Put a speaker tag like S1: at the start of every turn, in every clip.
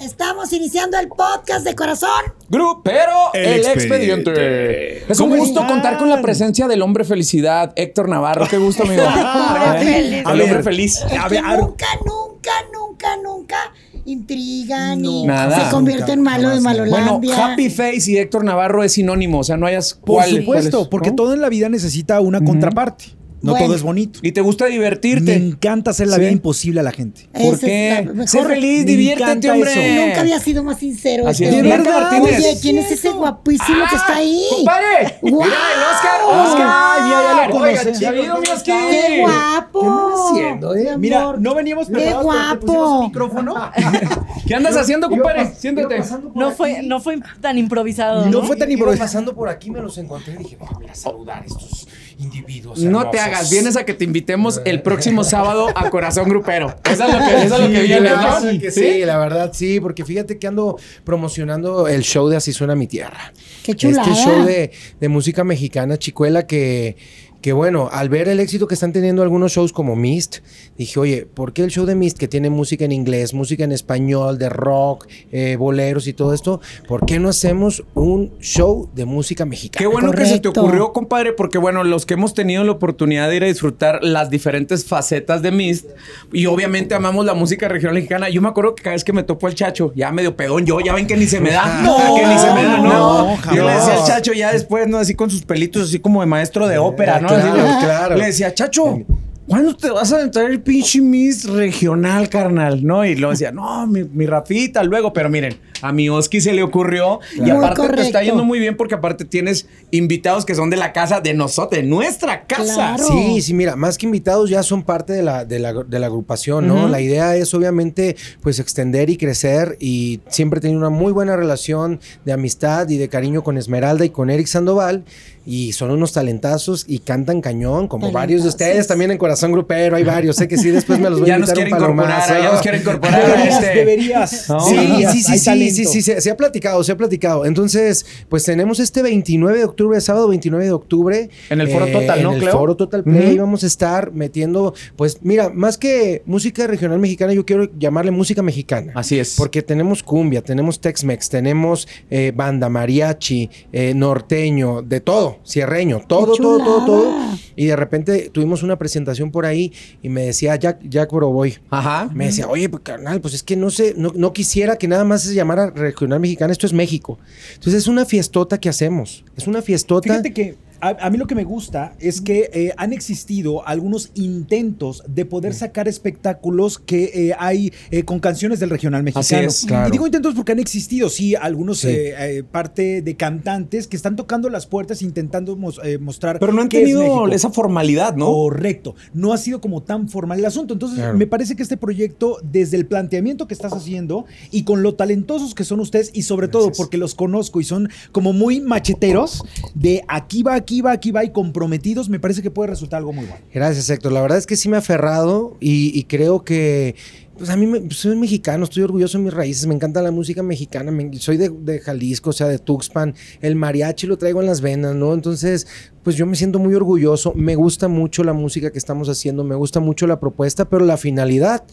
S1: estamos iniciando el podcast de corazón.
S2: Grupero
S3: El
S2: El,
S3: Expediente.
S2: expediente. Es un
S3: ¿Cómo
S2: gusto
S3: están?
S2: contar con la presencia del hombre felicidad, Héctor Navarro. Qué gusto, amigo.
S1: Hombre
S2: ¿Eh?
S1: feliz.
S2: Al
S3: A ver.
S2: hombre feliz.
S1: Es
S3: A
S1: que
S3: ver, a-
S1: nunca, nunca, nunca, nunca intrigan ni
S2: Nada.
S1: se convierte en malo de
S3: Nunca,
S2: Bueno,
S1: Malolandia.
S2: Happy Face y Héctor Navarro es sinónimo, o sea, no hayas
S3: Por
S2: cuál-
S3: supuesto,
S2: cuál es,
S3: porque
S2: ¿no?
S3: todo en la vida necesita una contraparte. No
S1: Bueno.
S3: todo es bonito.
S2: Y te gusta
S3: Me
S2: divertirte.
S3: encanta hacer la
S2: Sí.
S3: vida imposible a la gente.
S1: Esa
S2: ¿Por
S1: es
S2: qué?
S1: la mejor-
S2: Sé feliz,
S3: Me
S2: diviértete,
S3: encanta
S2: hombre.
S3: eso.
S1: Nunca había sido más sincero.
S2: Así
S1: este
S2: es.
S1: hombre.
S2: Blanca Martínez.
S1: Oye, ¿quién es ese guapísimo que está ahí?
S2: Ah, ¡Compadre!
S1: ¡Guau!
S2: ¡Mira, el Oscar! ¡Oscar!
S3: ¡Ay, mira, ya lo
S2: Oiga,
S3: conocí.
S2: querido mi Oscar.
S1: ¡Qué guapo!
S2: ¿Qué andan haciendo, eh?
S1: Mi
S3: Mira,
S1: amor.
S3: no veníamos
S1: ¡Qué
S3: preparados, pero te pusimos
S1: guapo!
S3: micrófono.
S2: ¿Qué andas haciendo, compadre? Siéntate.
S4: No fue, no fue tan improvisado.
S3: No
S4: No,
S3: fue tan
S5: Iba
S3: improvisado.
S5: pasando por aquí me los encontré y dije, voy a saludar a estos individuos.
S2: No te
S5: hermosos".
S2: hagas, vienes a que te invitemos el próximo sábado a Corazón Grupero. Eso es lo que, eso es lo que
S5: Sí,
S2: viene,
S5: la
S2: ¿no?
S5: verdad que ¿Sí? la verdad sí, porque fíjate que ando promocionando el show de Así suena mi tierra.
S1: ¡Qué chulada!
S5: Este show de, de música mexicana, chicuela, que, que bueno, al ver el éxito que están teniendo algunos shows como Mist, dije, oye, ¿por qué el show de Mist, que tiene música en inglés, música en español, de rock, eh, boleros y todo esto, ¿por qué no hacemos un show de música mexicana?
S2: Qué bueno que se te
S1: Correcto.
S2: ocurrió, compadre, porque bueno, los que hemos tenido la oportunidad de ir a disfrutar las diferentes facetas de Mist, y obviamente amamos la música regional mexicana. Yo me acuerdo que cada vez que me topo al chacho, ya medio pedón yo, ya ven que ni se me da.
S3: No,
S2: que ni se me da,
S3: no,
S2: no. yo le
S3: jamás.
S2: decía al chacho ya después, ¿no? Así con sus pelitos, así como de maestro de ópera, ¿no?
S5: claro,
S2: Así,
S5: claro.
S2: Le decía, chacho. ¿Cuándo te vas a entrar el pinche Mist regional, carnal? ¿No? Y lo decía, no, mi, mi Rafita, luego. Pero miren, a mi Oski se le ocurrió. Y
S1: Muy
S2: aparte te está
S1: correcto.
S2: yendo muy muy bien porque aparte tienes invitados que son de la casa de nosotros, de nuestra casa.
S1: Claro.
S5: Sí, sí, mira, más que invitados ya son parte de la, de la, de la agrupación, ¿no? La idea es obviamente pues extender y crecer y siempre he tenido una muy buena relación de amistad y de cariño con Esmeralda y con Eric Sandoval y son unos talentazos y cantan cañón como varios de ustedes también en Corazón Grupero, hay varios, sé que sí, después me los voy a
S2: Ya nos
S5: invitar a un
S2: quiere incorporar,
S5: palomazo.
S2: ya nos quiere incorporar. a
S3: Deberías,
S2: este.
S3: deberías.
S2: No.
S5: Sí,
S3: Deberías,
S5: sí, sí,
S3: hay
S5: sí,
S3: talento.
S5: sí, sí, se, se ha platicado, se ha platicado. Entonces, pues tenemos este 29 de octubre, sábado 29 de octubre.
S2: En el Foro Total, ¿no,
S5: En el
S2: Cleo?
S5: Foro Total Play
S2: Ujú.
S5: vamos a estar metiendo, pues mira, más que música regional mexicana, yo quiero llamarle música mexicana.
S2: Así es.
S5: Porque tenemos cumbia, tenemos Tex-Mex, tenemos eh, banda, mariachi, eh, norteño, de todo, sierreño, todo,
S1: ¡Qué
S5: todo, todo, todo.
S1: chulada!
S5: Y de repente tuvimos una presentación por ahí y me decía Jack, Jack Boroboy.
S2: Ajá.
S5: Me decía, oye, pues, carnal, pues es que no sé, no, no quisiera que nada más se llamara regional mexicana, esto es México. Entonces es una fiestota que hacemos, es una fiestota.
S3: Fíjate que a, a mí lo que me gusta es que eh, han existido algunos intentos de poder
S2: Mm.
S3: sacar espectáculos que eh, hay eh, con canciones del regional mexicano.
S2: es, claro.
S3: Y digo intentos porque han existido, sí, algunos
S5: Sí.
S3: eh, eh, parte de cantantes que están tocando las puertas intentando mos- eh, mostrar.
S2: Pero no han
S3: qué es
S2: tenido
S3: México.
S2: esa formalidad, ¿no?
S3: Correcto. No ha sido como tan formal el asunto. Entonces,
S5: Claro.
S3: me parece que este proyecto, desde el planteamiento que estás haciendo y con lo talentosos que son ustedes, y sobre todo
S5: Gracias.
S3: porque los conozco y son como muy macheteros, de aquí va, aquí va, aquí va y comprometidos, me parece que puede resultar algo muy bueno.
S5: Gracias, Héctor. La verdad es que sí me he aferrado y, y creo que. Pues a mí me, pues, soy mexicano, estoy orgulloso de mis raíces, me encanta la música mexicana, me- soy de, de Jalisco, o sea, de Tuxpan, el mariachi lo traigo en las venas, ¿no? Entonces, pues yo me siento muy orgulloso, me gusta mucho la música que estamos haciendo, me gusta mucho la propuesta, pero la finalidad,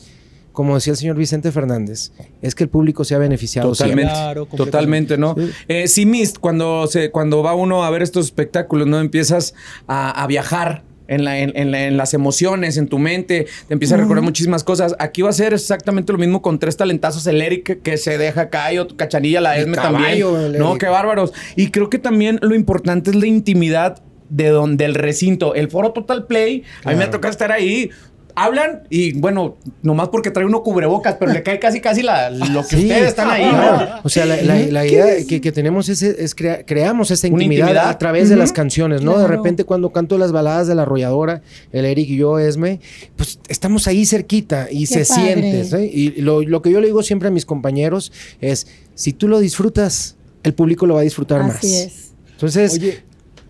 S5: como decía el señor Vicente Fernández, es que el público sea beneficiado. siempre.
S2: Totalmente,
S3: Claro, completamente.
S2: totalmente, ¿no? Sí, eh, sí, Mist, cuando, se, cuando va uno a ver estos espectáculos, ¿no? Empiezas a, a viajar. En, la- en- en la- en las emociones, en tu mente, te empieza a recordar muchísimas cosas. Aquí va a ser exactamente lo mismo con tres talentazos. El Eric que- que se deja acá y otro cachanilla, la
S5: Mi
S2: Esme
S5: caballo,
S2: también.
S5: el
S2: No,
S5: Eric.
S2: qué bárbaros. Y creo que también lo importante es la intimidad de donde el recinto, el foro Total Play. A mí me toca estar ahí. Hablan y bueno, nomás porque trae uno cubrebocas, pero le cae casi casi la, lo que
S5: Sí.
S2: ustedes están ahí, ¿no?
S5: O sea, la, la- la idea que, que tenemos es, es crea- creamos esa
S2: Una
S5: intimidad,
S2: intimidad.
S5: a través de las canciones, ¿no? De
S1: Claro.
S5: repente cuando canto las baladas de la arrolladora, el Eric y yo, Esme, pues estamos ahí cerquita y
S1: Qué
S5: se
S1: padre.
S5: siente. ¿sí? Y lo, lo que yo le digo siempre a mis compañeros es, si tú lo disfrutas, el público lo va a disfrutar más.
S1: Así es.
S5: Entonces,
S3: Oye,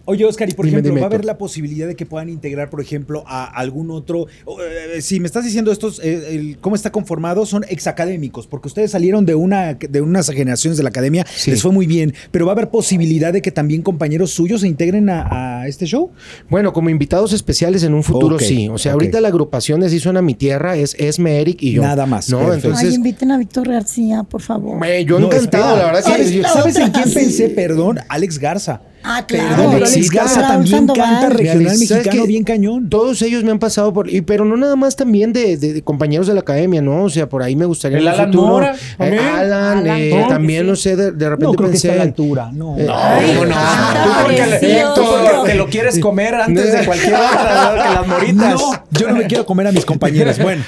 S3: Oye, Oscar, y por
S5: Dime,
S3: ejemplo,
S5: dime,
S3: ¿va a haber
S5: Héctor.
S3: la posibilidad de que puedan integrar, por ejemplo, a algún otro? o, eh, si me estás diciendo estos, eh, el- cómo está conformado, son exacadémicos, porque ustedes salieron de una de unas generaciones de la academia,
S5: Sí.
S3: les fue muy bien, pero ¿va a haber posibilidad de que también compañeros suyos se integren a, a este show?
S5: Bueno, como invitados especiales en un futuro
S3: Ok,
S5: sí. O sea,
S3: ok.
S5: ahorita la agrupación de Si Suena Mi Tierra es Esme, Eric y yo.
S3: Nada más,
S5: No,
S3: perfecto.
S1: Ay,
S5: entonces...
S1: inviten a Víctor García, por favor.
S5: me- yo
S3: No,
S5: encantado,
S3: espera.
S5: la verdad que...
S1: Ay,
S5: yo-
S1: la
S3: ¿Sabes en
S1: otra.
S3: quién pensé? Perdón, Alex Garza.
S1: Ah,
S5: Perdón,
S1: claro.
S3: Perdón, Alex
S5: Alexis
S3: Garza
S1: Raúl
S3: también
S1: Sandoval.
S3: canta regional
S5: Realiza-
S3: mexicano
S5: que
S3: bien cañón.
S5: Todos ellos me han pasado por. Y, pero no nada más también de, de- de compañeros de la academia, ¿no? O sea, por ahí me gustaría.
S2: El
S5: en un
S2: Alan Mora,
S5: eh,
S2: también.
S5: Alan,
S4: Alan,
S5: eh,
S4: claro que
S5: también,
S4: sí.
S5: no sé, de, de repente
S3: No creo que
S5: pensé.
S3: esté a la altura, no.
S5: Eh,
S2: Ay,
S5: ¿cómo no?
S4: canta
S2: Tú porque, le-
S4: precioso.
S2: tú porque te lo quieres comer antes de cualquier otra ¿no? que las moritas.
S3: No, yo no me quiero comer a mis compañeros. Bueno,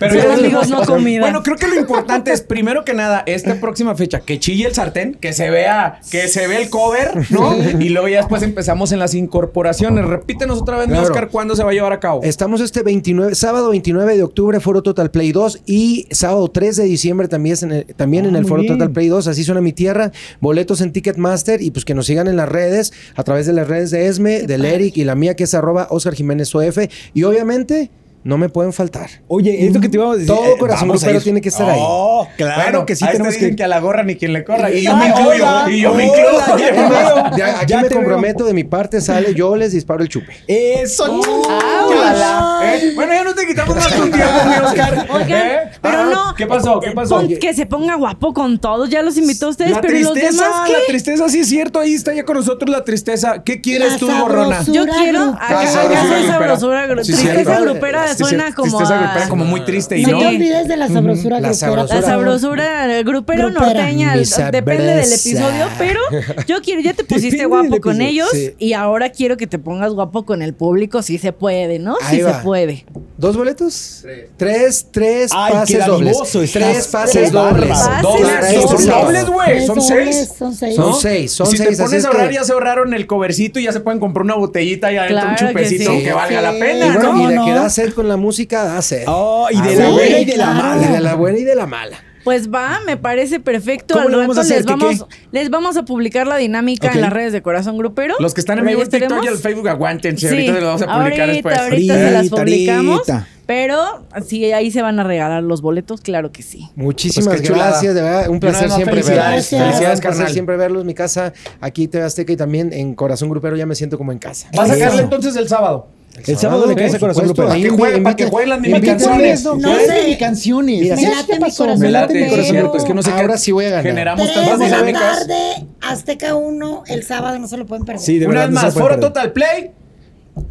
S2: Pero
S4: Son
S2: ya-
S4: amigos, no comida.
S2: Bueno, creo que lo importante es, primero que nada, esta próxima fecha, que chille el sartén, que se vea, que se vea el cover, ¿no? Y luego ya después empezamos en las incorporaciones. Repítenos otra vez, mi
S5: Claro.
S2: Oscar, ¿cuándo se va a llevar a cabo?
S5: Estamos este 29, sábado 29 de octubre, Foro Total Play 2 y sábado 3 de diciembre también, es en el, también
S3: Ah,
S5: en el
S3: muy
S5: Foro
S3: bien.
S5: Total Play 2, así suena mi tierra, boletos en Ticketmaster y pues que nos sigan en las redes, a través de las redes de Esme,
S1: Qué
S5: del
S1: padre.
S5: Eric y la mía que es arroba Oscar Jiménez OF y obviamente no me pueden faltar.
S3: oye, es lo que te íbamos a decir. Eh,
S5: Todo corazón
S3: vamos a
S5: grupero
S3: ir.
S5: tiene que estar ahí.
S3: Oh, claro
S2: Bueno,
S3: que sí
S2: a este
S3: tenemos
S2: dicen
S3: que...
S2: que a la gorra ni quien le corra. Y yo
S3: Ay,
S2: me incluyo.
S3: hola,
S2: y yo me
S3: hola,
S2: incluyo.
S3: ya te veo.
S5: Ya, aquí
S3: Ya te
S5: me
S3: veo.
S5: comprometo, de mi parte sale, yo les disparo el chupe.
S3: Eso.
S2: Eh, Bueno, ya no te quitamos más tu tiempo, mi Oscar.
S4: Oigan,
S2: ¿Eh?
S4: pero
S2: Ah,
S4: no.
S2: ¿Qué pasó? ¿Qué
S4: eh,
S2: pasó?
S4: pon- que se ponga guapo con todos. Ya los invitó a ustedes,
S2: la
S4: pero ¿y los
S2: tristeza,
S4: demás
S2: la
S4: qué?
S2: tristeza, sí es cierto. Ahí está ya con nosotros la tristeza. ¿Qué quieres
S1: La
S2: tú, gorrona?
S1: sabrosura.
S4: Yo
S1: Sabrosura
S4: quiero
S1: grupera.
S4: acá,
S2: Sabrosura
S4: acá soy
S2: grupera.
S4: sabrosura grupera.
S5: Sí,
S4: tristeza
S5: cierto.
S4: grupera
S2: Sí,
S4: suena
S2: sí,
S4: como
S2: Tristeza
S4: a-
S2: grupera como muy
S3: Este,
S2: triste y
S1: No
S2: no.
S1: te olvides de la sabrosura
S5: La
S1: grupera.
S5: sabrosura.
S1: por
S4: La
S1: favor.
S4: sabrosura, el grupero
S1: Grupera.
S4: norteña,
S5: Mi
S4: el- depende del
S5: sabrosa.
S4: episodio, pero yo quiero, ya te
S3: Depende
S4: pusiste
S3: del
S4: guapo con
S3: episodio,
S4: ellos
S5: sí.
S4: y ahora quiero que te pongas guapo con el público, si se puede, ¿no?
S5: Ahí
S4: Si se
S5: va.
S4: puede.
S5: ¿Dos boletos? Tres. Tres, tres
S3: Ay, qué
S5: pases dobles.
S3: dadivoso estás.
S5: Tres
S4: Tres
S5: pases dobles. Claro,
S4: pases
S2: Dobles,
S4: dobles.
S2: son
S5: sí, por
S2: dobles,
S5: favor.
S2: güey. Son
S1: Dobles,
S2: seis.
S1: Son seis.
S5: Son seis, son
S2: si
S5: seis,
S2: te
S5: así
S2: pones
S5: es
S2: a ahorrar,
S5: que-
S2: ya se ahorraron el covercito y ya se pueden comprar una botellita y adentro un
S4: Claro que
S2: chupecito que,
S4: sí.
S2: valga
S1: Sí.
S2: la pena,
S5: Y bueno,
S2: ¿no?
S5: y de
S1: no?
S5: que da sed con la música, da sed.
S3: Oh, y de
S5: Ah,
S3: la
S5: sí,
S3: buena y de la
S1: claro.
S3: mala.
S5: Y de la buena y de la mala.
S4: Pues va, me parece perfecto.
S3: ¿Cómo
S4: Al
S3: le vamos
S4: rato
S3: a hacer?
S4: les
S3: ¿Que
S4: vamos, les vamos a publicar la dinámica
S3: Ok.
S4: en las redes de Corazón Grupero.
S2: Los que están en
S4: Por ahí
S2: vivo en TikTok y
S4: estaremos.
S2: en Facebook, aguántense.
S4: Sí,
S2: Ahorita se los vamos a publicar
S4: ahorita,
S2: después.
S4: Ahorita, se las
S3: Ahorita,
S4: publicamos.
S3: ahorita.
S4: Pero sí, ahí se van a regalar los boletos, claro que sí.
S5: Muchísimas
S2: Pues qué chulada.
S5: gracias, de verdad, un
S2: Y una vez
S5: placer
S2: más,
S5: siempre
S2: felicidades.
S5: verlos.
S1: Gracias.
S5: Felicidades,
S2: Carnal.
S5: carnal. Siempre verlos en mi casa, aquí te Azteca y también en Corazón Grupero ya me siento como en casa.
S2: ¿Vas a sacarle
S3: Eso.
S2: entonces el sábado?
S3: El sábado le quedas a corazón
S5: supuesto,
S3: grupero.
S5: ahí
S2: Que
S5: invi-
S2: jueguen, para
S5: inviten-
S2: que jueguen las mismas
S5: inviten-
S2: canciones.
S1: No
S3: Late
S1: sé.
S3: mis canciones.
S5: Mira,
S1: Me
S3: ¿Sabes
S1: late
S3: qué
S1: mi
S3: pasó?
S1: corazón,
S3: Me
S1: late
S3: late mi
S1: mi
S3: corazón
S1: corazón.
S3: grupero.
S2: Es que no sé
S5: Ahora
S2: qué
S5: sí voy a ganar.
S2: Generamos
S1: Tres
S2: tantas
S1: de la
S2: dinámicas.
S1: tarde, Azteca 1, el sábado no se lo pueden perder.
S3: Sí, de
S2: Una
S3: verdad.
S2: vez
S3: no se
S2: más,
S3: puede
S2: Foro
S3: perder.
S2: Total Play.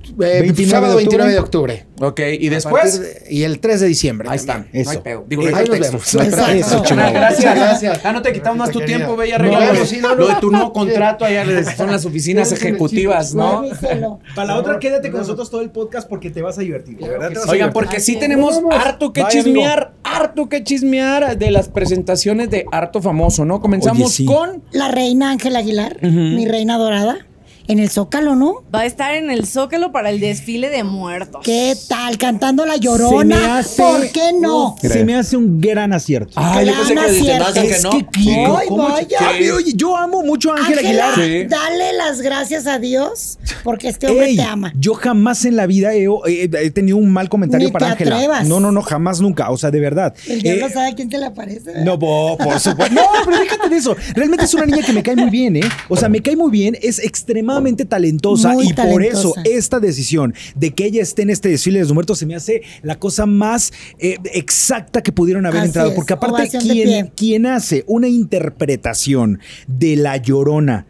S5: Eh,
S3: 29 de
S5: sábado
S3: octubre.
S5: 29 de octubre.
S2: Ok, y
S5: A
S2: después.
S5: partir de- y el 3 de diciembre.
S2: Ahí
S5: también.
S2: están.
S3: Eso.
S2: No hay pedo. Digo,
S5: Eh,
S2: no hay
S5: ahí nos
S2: pretexto.
S5: vemos.
S2: No hay
S1: Exacto.
S2: pretexto.
S1: Eso,
S2: Carnal,
S5: chingado.
S2: Gracias.
S5: Gracias.
S2: Ah, no te quitamos más tu
S5: Querida.
S2: tiempo, bella
S5: No,
S2: arreglamos
S5: no, sí, no,
S2: Lo
S5: no.
S2: de tu nuevo contrato allá les- son las oficinas ejecutivas, ¿no?
S1: Muéveselo.
S3: Para la otra, quédate con nosotros todo el podcast porque te vas a divertir. de verdad, te vas a
S2: Oigan,
S3: divertir.
S2: porque sí tenemos harto que
S3: Vaya,
S2: chismear, harto que chismear de las presentaciones de harto famoso, ¿no? Comenzamos
S3: Oye, sí.
S2: con
S1: La reina Ángela Aguilar, mi reina dorada, en el Zócalo, ¿no?
S4: Va a estar en el Zócalo para el desfile de muertos.
S1: ¿Qué tal? Cantando la
S3: Se me
S1: llorona.
S3: hace-
S1: ¿Por qué no?
S3: Se me hace un gran acierto.
S2: Ah, yo pensé
S1: Gran
S2: que te
S1: acierto.
S2: vas a que
S1: Es
S2: no.
S1: que
S2: Sí.
S1: Ay,
S3: ¿Cómo
S1: vaya.
S3: ch-
S2: Sí.
S3: Oye, yo amo mucho a Ángel
S1: Ángela,
S3: Aguilar.
S2: Sí.
S1: dale las gracias a Dios porque este hombre
S3: Ey,
S1: te ama.
S3: Yo jamás en la vida he, he- he tenido un mal comentario
S1: Ni
S3: para
S1: te
S3: Ángela.
S1: atrevas.
S3: No, no, no, jamás nunca. O sea, de verdad.
S1: El diablo
S3: Eh,
S1: sabe a quién te le aparece. ¿verdad?
S3: No, bo- por supuesto. No, pero déjate de eso. Realmente es una niña que me cae muy bien, ¿eh? O sea, me cae muy bien, es extremadamente talentosa
S1: Muy
S3: y por
S1: talentosa.
S3: eso esta decisión de que ella esté en este desfile de los muertos se me hace la cosa más eh, exacta que pudieron haber
S1: Así
S3: entrado.
S1: es.
S3: Porque aparte,
S1: Ovación de
S3: quien,
S1: pie.
S3: quien hace una interpretación de La Llorona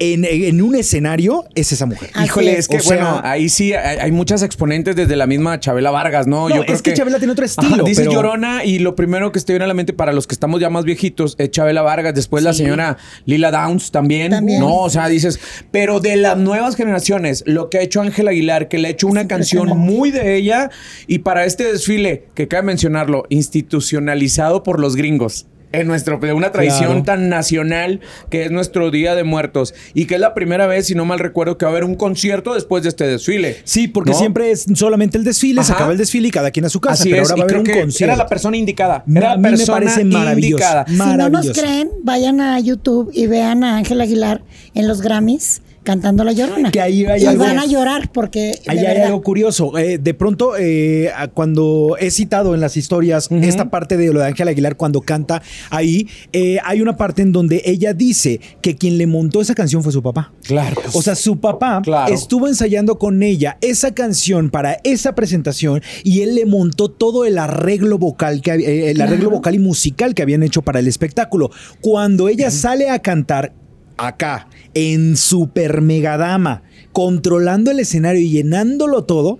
S3: en, en un escenario es esa mujer.
S1: Así
S2: Híjole, es que
S3: O sea-
S2: bueno, ahí sí hay, hay muchas exponentes desde la misma Chabela Vargas, ¿no?
S3: No, es que Chabela tiene otro estilo,
S2: dices
S3: pero-
S2: Llorona y lo primero que se te viene a la mente para los que estamos ya más viejitos es Chabela Vargas, después la señora Lila Downs también,
S1: También.
S2: ¿no? O sea, dices, pero de las nuevas generaciones, lo que ha hecho Ángela Aguilar, que le ha hecho una canción
S1: impresionante.
S2: muy de ella y para este desfile, que cabe mencionarlo, institucionalizado por los gringos. En nuestro, de una tradición
S3: Claro.
S2: tan nacional que es nuestro Día de Muertos y que es la primera vez, si no mal recuerdo, que va a haber un concierto después de este desfile.
S3: Sí, porque
S2: ¿no?
S3: siempre es solamente el desfile, se
S2: Ajá.
S3: acaba el desfile y cada quien a su casa.
S2: Así
S3: pero
S2: es,
S3: ahora va a
S2: y
S3: haber
S2: creo
S3: un
S2: que
S3: concierto.
S2: era la persona indicada. Era
S3: A
S2: la
S3: mí me
S2: persona
S3: parece maravilloso.
S2: indicada.
S1: Si no nos
S3: Maravilloso.
S1: creen, vayan a YouTube y vean a Ángela Aguilar en los Grammys cantando La Llorona.
S3: Que ahí hay
S1: y
S3: algo-
S1: van a llorar porque... de
S3: Ahí hay
S1: verdad.
S3: algo curioso. Eh, de pronto, eh, a- cuando he citado en las historias esta parte de lo de Ángel Aguilar cuando canta ahí, eh, hay una parte en donde ella dice que quien le montó esa canción fue su papá.
S2: Claro.
S3: O sea, su papá
S2: Claro.
S3: estuvo ensayando con ella esa canción para esa presentación y él le montó todo el arreglo vocal que hab- eh, el arreglo vocal y musical que habían hecho para el espectáculo. Cuando ella sale a cantar acá en Super Megadama, controlando el escenario y llenándolo todo,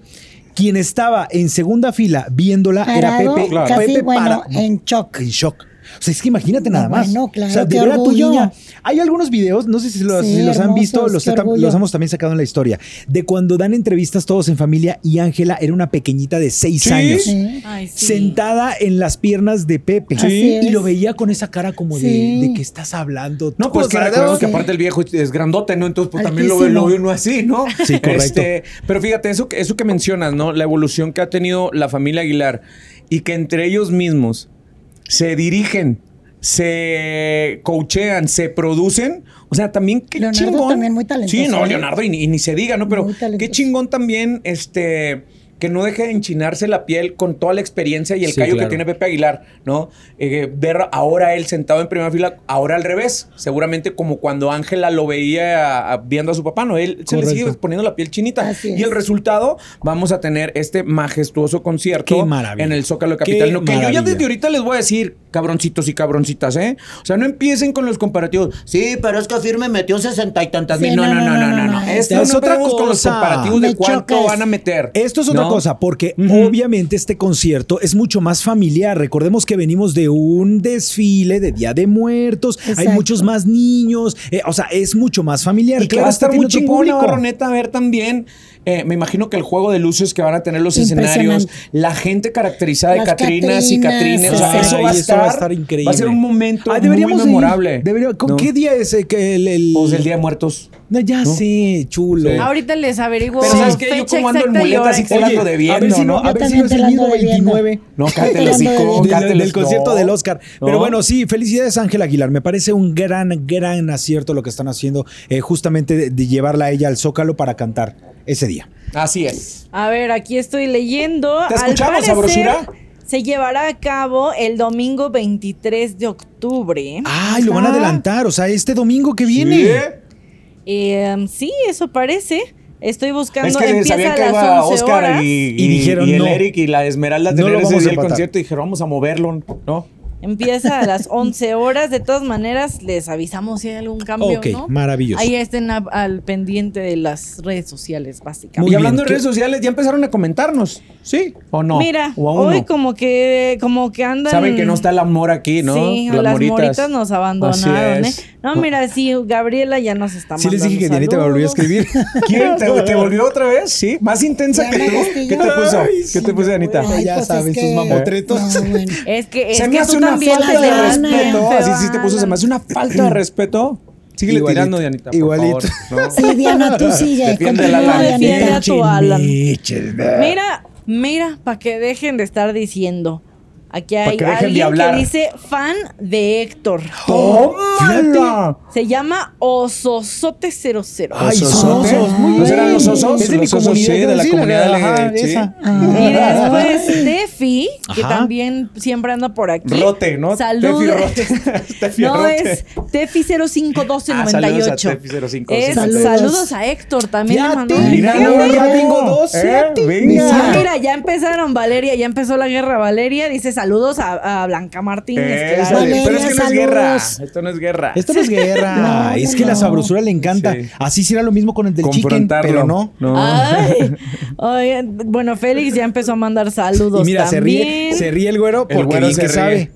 S3: quien estaba en segunda fila viéndola era
S1: Parado,
S3: Pepe,
S2: Claro.
S1: casi,
S3: Pepe
S1: bueno,
S3: Parra-
S1: en shock.
S3: en shock. O sea, es que imagínate nada más.
S1: Bueno, claro,
S3: o sea, de
S1: qué
S3: ver a tu
S1: orgullo.
S3: niña. Hay algunos videos, no sé si los,
S1: Sí,
S3: si los han
S1: hermosos,
S3: visto, los,
S1: qué
S3: tam-
S1: orgullo.
S3: los hemos también sacado en la historia, de cuando dan entrevistas todos en familia y Ángela era una pequeñita de seis
S2: Sí.
S3: años.
S1: Sí.
S4: Ay, sí.
S3: Sentada en las piernas de Pepe.
S1: Sí. Así es.
S3: Y lo veía con esa cara como
S1: Sí.
S3: de, de que estás hablando.
S2: No, pues que
S3: claro
S2: recordemos
S1: sí.
S2: que aparte el viejo es grandote, ¿no? Entonces, pues también lo, ve-
S1: Altísimo.
S2: lo ve uno así, ¿no?
S3: Sí, correcto.
S2: Este, pero fíjate, eso, que- eso que mencionas, ¿no? La evolución que ha tenido la familia Aguilar y que entre ellos mismos se dirigen, se coachean, se producen. O sea, también qué
S1: Leonardo
S2: chingón.
S1: también muy talentoso,
S2: Sí, no,
S1: ¿eh?
S2: Leonardo, y, ni- y ni se diga, ¿no? Pero
S1: Muy talentoso.
S2: qué chingón también, este. Que no deje de enchinarse la piel con toda la experiencia y el
S5: Sí,
S2: callo que
S5: claro.
S2: tiene Pepe Aguilar, ¿no? Eh, ver ahora él sentado en primera fila, ahora al revés, seguramente como cuando Ángela lo veía a- viendo a su papá, ¿no? Él se le sigue
S3: Correcto.
S2: poniendo la piel chinita.
S1: Así
S2: Y el
S1: es.
S2: resultado, vamos a tener este majestuoso concierto
S3: Qué maravilla.
S2: en el Zócalo
S3: Qué
S2: Capital. que yo ya
S3: maravilla.
S2: desde ahorita les voy a decir, cabroncitos y cabroncitas, ¿eh? O sea, no empiecen con los comparativos. Sí, pero es que firme metió sesenta y tantas
S1: Sí,
S2: mil. No, no, no, no, no. no, Esto
S3: Es
S2: no
S3: otra
S2: empecemos con los
S3: cosa.
S2: comparativos de
S1: Me
S2: cuánto
S1: choca eso.
S2: van a meter.
S3: Esto es otra
S2: ¿no?
S3: cosa, porque
S2: Ujú.
S3: obviamente este concierto es mucho más familiar. Recordemos que venimos de un desfile de Día de Muertos, hay
S1: Exacto.
S3: muchos más niños, eh, o sea, es mucho más familiar.
S2: Y que va a estar
S3: este tiene
S2: muy
S3: otro
S2: chingón,
S3: público.
S2: Navarro, neta, a ver también. eh, me imagino que el juego de luces que van a tener los escenarios,
S1: Impresionante.
S2: la gente caracterizada de
S1: Las
S2: Catrinas y
S1: Catrinas,
S2: Catrines, o sea,
S1: Ay,
S2: eso, va a,
S3: eso
S2: estar,
S3: va a estar increíble.
S2: Va a ser un momento
S3: Ay,
S2: muy
S3: deberíamos de ir.
S2: memorable.
S3: Debería- ¿con
S2: ¿no?
S3: ¿Qué día es eh, que el, el-
S2: Pues el Día de Muertos.
S3: No, ya
S2: ¿no?
S3: sé, chulo.
S2: Sí.
S4: Ahorita les averiguo.
S2: Pero ¿sabes qué? Yo
S4: fecha
S2: como ando en
S4: exacta y
S2: muleta,
S4: hora
S2: así que- Te la
S4: exacta.
S2: ando
S3: a ver
S2: debiendo,
S3: si
S2: ¿no?
S3: no, a
S1: Yo
S3: ver si
S1: también
S3: no es
S1: te
S3: el
S1: la ando
S3: mismo
S1: debiendo.
S3: 29.
S2: No, cállate el
S1: Del-
S2: hocico,
S1: del-
S2: cállate
S3: del,
S2: el
S3: del
S2: hocico.
S3: concierto del Oscar. Pero
S2: No.
S3: bueno, sí, felicidades Ángel Aguilar. Me parece un gran, gran acierto lo que están haciendo eh, justamente de, de llevarla a ella al Zócalo para cantar ese día.
S2: Así es.
S4: A ver, aquí estoy leyendo.
S2: ¿Te
S4: Al
S2: escuchamos,
S4: parecer,
S2: sabrosura?
S4: Se llevará a cabo el domingo 23 de octubre.
S3: Ay, lo van a
S4: Ah.
S3: adelantar, o sea, este domingo que viene.
S4: Eh, sí, eso parece. Estoy buscando.
S2: Es que
S4: empieza
S2: sabían
S4: a
S2: que
S4: las
S2: iba
S4: 11
S2: Oscar
S4: horas.
S2: y,
S3: Y dijeron,
S2: el
S3: no.
S2: Eric y la Esmeralda a
S3: No
S2: tener
S3: lo
S2: ese
S3: vamos a
S2: día el
S3: empatar.
S2: concierto y dijeron, vamos a moverlo, ¿no?
S4: Empieza a las 11 horas. De todas maneras, les avisamos si hay algún cambio.
S3: Ok,
S4: ¿no?
S3: maravilloso.
S4: Ahí estén a- al pendiente de las redes sociales, básicamente.
S3: Muy
S2: y
S3: bien,
S2: hablando
S3: ¿qué-
S2: de redes sociales, ya empezaron a comentarnos. ¿Sí? ¿O no?
S4: Mira,
S2: ¿O aún
S4: hoy
S2: no?
S4: como que como que andan
S2: Saben que no está el amor aquí, ¿no?
S4: Mm. Sí, las, moritas. nos abandonaron,
S2: Así
S4: ¿eh?
S2: es.
S4: No, mira, sí, Gabriela ya nos está
S3: Sí les
S4: mandando
S3: dije que Dianita me volvió a
S4: saludos.
S3: escribir.
S2: ¿Quién? ¿Te, te volvió otra vez? Sí, más intensa que
S1: Diana
S2: tú.
S1: Castillo.
S2: ¿Qué te puso? ¿Qué te puso, Anita?
S1: Ay,
S3: Ya
S1: pues
S3: saben,
S1: es
S3: sus
S1: que-
S3: mamotretos.
S1: No, bueno.
S4: Es que es
S2: se
S4: que
S2: me hace
S4: tú
S2: una
S4: también
S2: falta
S4: te
S2: de
S4: van,
S2: respeto.
S4: te
S2: Así sí te puso, se
S4: van.
S2: me hace una falta de respeto. Síguele
S3: Igualito,
S2: tirando, Dianita. por
S3: igualito.
S2: favor, ¿no?
S1: Sí, Diana, tú sigue.
S2: Defiende la
S1: continúa,
S2: lana.
S1: Dianita.
S4: Defiende a tu Alan.
S3: Echen, echen.
S4: Mira, mira, para que dejen de estar diciendo. Aquí hay
S2: que dejen de
S4: alguien que
S2: hablar.
S4: dice fan de Héctor.
S2: ¡Tómala!
S4: Se llama Ososote00.
S3: Ay,
S2: Los
S3: son
S2: osos,
S3: osos, muy
S2: ¿no
S3: bien.
S2: serán los osos?
S3: Es de mi
S2: Los osos,
S3: comunidad,
S2: sí, de la
S3: sí,
S2: comunidad de-
S3: ajá,
S2: sí.
S3: esa.
S4: Y después Tefi, que
S3: Ajá.
S4: también siempre anda por aquí.
S2: Rote, ¿no?
S4: Saludos.
S2: Tefi Rote. Tefi
S4: No,
S2: Rote.
S4: es Tefi051298.
S2: Ah, saludos a Tefi051298.
S4: Es
S1: Saludos.
S4: saludos a Héctor también. le mandó un
S2: Mira,
S4: mensaje.
S2: no, ya
S3: Fíjate.
S2: tengo dos.
S3: Eh,
S2: venga.
S4: Ah, mira, ya empezaron Valeria, ya empezó la guerra Valeria. Dice saludos a, a Blanca Martínez.
S2: Eh,
S4: claro.
S2: sale. pero es que no es
S1: Valeria,
S2: guerra.
S1: saludos.
S2: Esto no es guerra.
S3: Esto no es guerra,
S1: No,
S3: es
S1: no,
S3: que la
S1: no.
S3: sabrosura le encanta.
S2: Sí.
S3: Así será lo mismo con el del chicken,
S2: Confrontarlo.
S3: pero no.
S4: Ay, oigan, bueno, Félix ya empezó a mandar saludos.
S3: Y mira, se
S4: también.
S3: ríe, se ríe el güero porque
S2: El güero
S3: bien
S2: se
S3: que
S2: ríe.
S3: sabe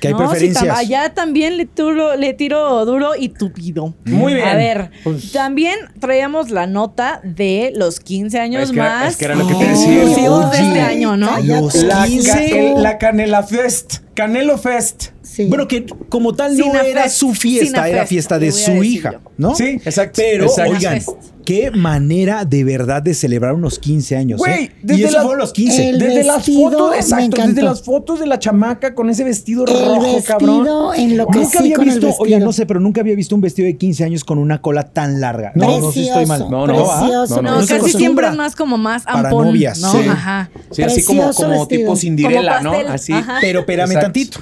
S3: que hay
S4: No, sí,
S3: preferencias.
S4: tam- allá también le tiro, le tiro duro y tupido.
S2: Muy bien.
S4: A ver,
S3: Pues,
S4: también traíamos la nota de los 15 años
S2: Es que-
S4: más
S2: es que era lo que
S3: te
S4: exclusivos
S2: decía.
S4: de este
S3: Oye,
S4: año, ¿no?
S1: cállate.
S3: Los
S2: La,
S3: 15.
S2: ca- el- la Canela Fest. Canelo Fest.
S1: Sí. Sí.
S3: Bueno, que como tal no
S4: Sinafest,
S3: era su fiesta, era
S4: Sinafest,
S3: fiesta de
S4: le voy a
S3: su
S4: decir
S3: hija,
S4: yo.
S3: ¿no?
S2: Sí, exacto,
S3: Pero,
S2: exacto.
S3: oigan,
S4: Sinafest.
S3: qué manera de verdad de celebrar unos 15 años.
S2: Güey,
S3: ¿eh?
S2: desde
S3: y eso
S2: la-
S3: fueron los 15.
S1: El
S2: desde las
S1: vestido
S2: fotos,
S1: me
S2: exacto, desde
S1: encantó.
S2: las fotos de la chamaca con ese vestido
S1: el
S2: rojo,
S1: vestido
S2: cabrón.
S1: en lo que
S3: Nunca había
S1: con el
S3: visto,
S1: vestido.
S3: oiga, no sé, pero nunca había visto un vestido de 15 años con una cola tan larga. No, no sé si estoy mal.
S1: Precioso,
S2: No, no, ¿ah?
S1: precioso.
S2: No,
S4: No,
S3: no se
S4: casi
S3: acostumbra.
S4: siempre es más como más
S3: Para
S4: ampón.
S3: novias,
S4: ¿no?
S3: sí.
S4: Ajá.
S2: Sí, así como,
S1: Precioso
S2: como
S1: vestido.
S2: tipo Cinderella,
S4: Como
S2: ¿no?
S4: pastel,
S2: Así.
S4: ajá.
S3: Pero espérame
S2: Exacto.
S3: tantito.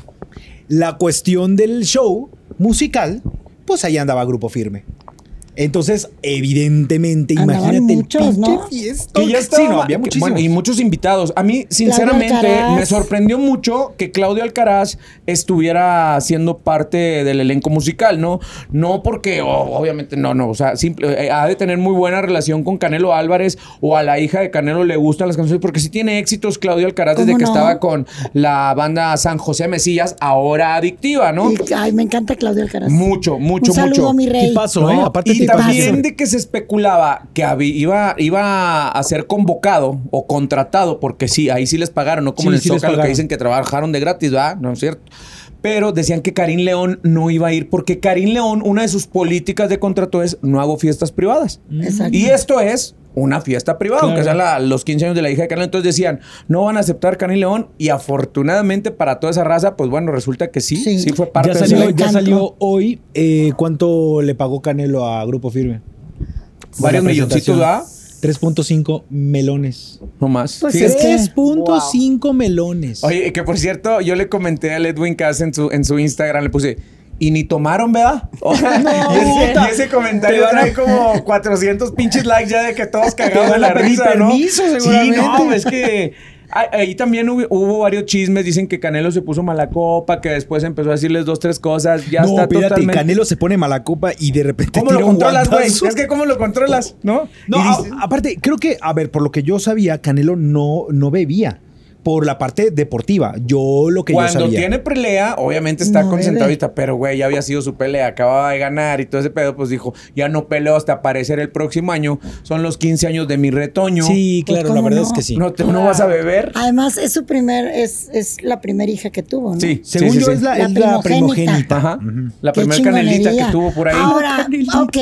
S3: La cuestión del show musical, pues ahí andaba Grupo Firme. Entonces, evidentemente,
S1: Andaban
S3: imagínate el
S1: muchos,
S3: pinche
S1: ¿no?
S3: fiestón.
S2: Que ya
S3: sí, no,
S2: estaba-
S3: había
S2: que-
S3: muchísimos.
S2: bueno, y muchos invitados. A mí, sinceramente,
S1: Alcaraz.
S2: me sorprendió mucho que Claudio Alcaraz estuviera siendo parte del elenco musical, ¿no? No porque, oh, obviamente, no, no. O sea, simple- eh, ha de tener muy buena relación con Canelo Álvarez o a la hija de Canelo le gustan las canciones, porque sí tiene éxitos Claudio Alcaraz
S1: ¿Cómo
S2: desde que
S1: no?
S2: estaba con la banda San José Mesillas, ahora adictiva, ¿no?
S1: Y- ay, me encanta Claudio Alcaraz.
S2: Mucho, mucho,
S1: Un saludo
S2: mucho.
S1: a mi rey.
S3: Tipazo,
S2: No,
S3: ¿eh? Aparte,
S2: y
S3: tipazo.
S2: también de que se especulaba que habi- iba, iba a ser convocado o contratado, porque sí, ahí sí les pagaron, no como
S3: Sí,
S2: en el
S3: sí les
S2: Zócalo que
S3: pagaron.
S2: dicen que trabajaron de gratis, ¿verdad? No es cierto. Pero decían que Karim León no iba a ir, porque Karim León, una de sus políticas de contrato es no hago fiestas privadas.
S1: Mm. Exacto.
S2: Y esto es una fiesta privada,
S3: Claro.
S2: aunque sean la- los 15 años de la hija de Canelo. Entonces decían, no van a aceptar Karim León. Y afortunadamente para toda esa raza, pues bueno, resulta que sí, sí,
S1: Sí.
S2: fue parte
S3: ya
S2: de
S3: salió,
S1: del
S3: ya
S1: encanto.
S3: salió hoy. eh, ¿Cuánto le pagó Canelo a Grupo Firme?
S2: Varios
S3: La
S2: milloncitos, ¿ah?
S3: presentación.
S2: ¿verdad?
S3: 3.5 melones.
S2: No más.
S1: Pues
S2: Sí,
S1: es que-
S3: 3.5 melones.
S2: Oye, que por cierto, yo le comenté a Edwin Cass en su, en su Instagram, le puse, y ni tomaron, ¿verdad? y, ese,
S4: puta.
S2: y ese comentario
S3: Te van a-
S2: trae como 400 pinches likes ya de que todos cagados
S3: van
S2: de la
S3: a pedir
S2: risa, ¿no?
S3: permiso,
S2: Sí, no,
S3: seguramente.
S2: es que... a- Ahí también hubo, hubo varios chismes. Dicen que Canelo se puso mala copa, que después empezó a decirles dos, tres cosas. Ya
S3: no,
S2: está
S3: espérate,
S2: totalmente...
S3: Canelo se pone mala copa y de repente
S2: ¿Cómo lo
S3: tira un
S2: controlas, güey?
S3: guantazo.
S2: Es que ¿cómo lo controlas? ¿No? Y
S3: No, ah, a-
S2: dice-
S3: aparte, creo que, a ver, por lo que yo sabía, Canelo no, no bebía por la parte deportiva. Yo lo que yo
S2: Cuando
S3: sabía.
S2: tiene pelea, obviamente está
S1: No,
S2: concentrado
S1: bebé.
S2: y está, pero güey, ya había sido su pelea, acababa de ganar y todo ese pedo, pues dijo, ya no peleo hasta aparecer el próximo año, son los 15 años de mi retoño.
S3: Sí,
S1: Pues,
S3: claro, la
S1: ¿cómo
S3: verdad
S1: no?
S3: es que sí.
S2: No, te- no vas a beber.
S1: Además, es su primer, es, es la primera hija que tuvo, ¿no?
S2: Sí,
S3: Según
S2: sí, sí,
S3: yo,
S2: sí.
S3: es la,
S1: La
S3: es la primogénita.
S1: primogénita.
S2: Ajá. La
S1: Qué
S2: primera canelita que
S1: chingonería.
S2: tuvo por ahí.
S1: Ahora, ok,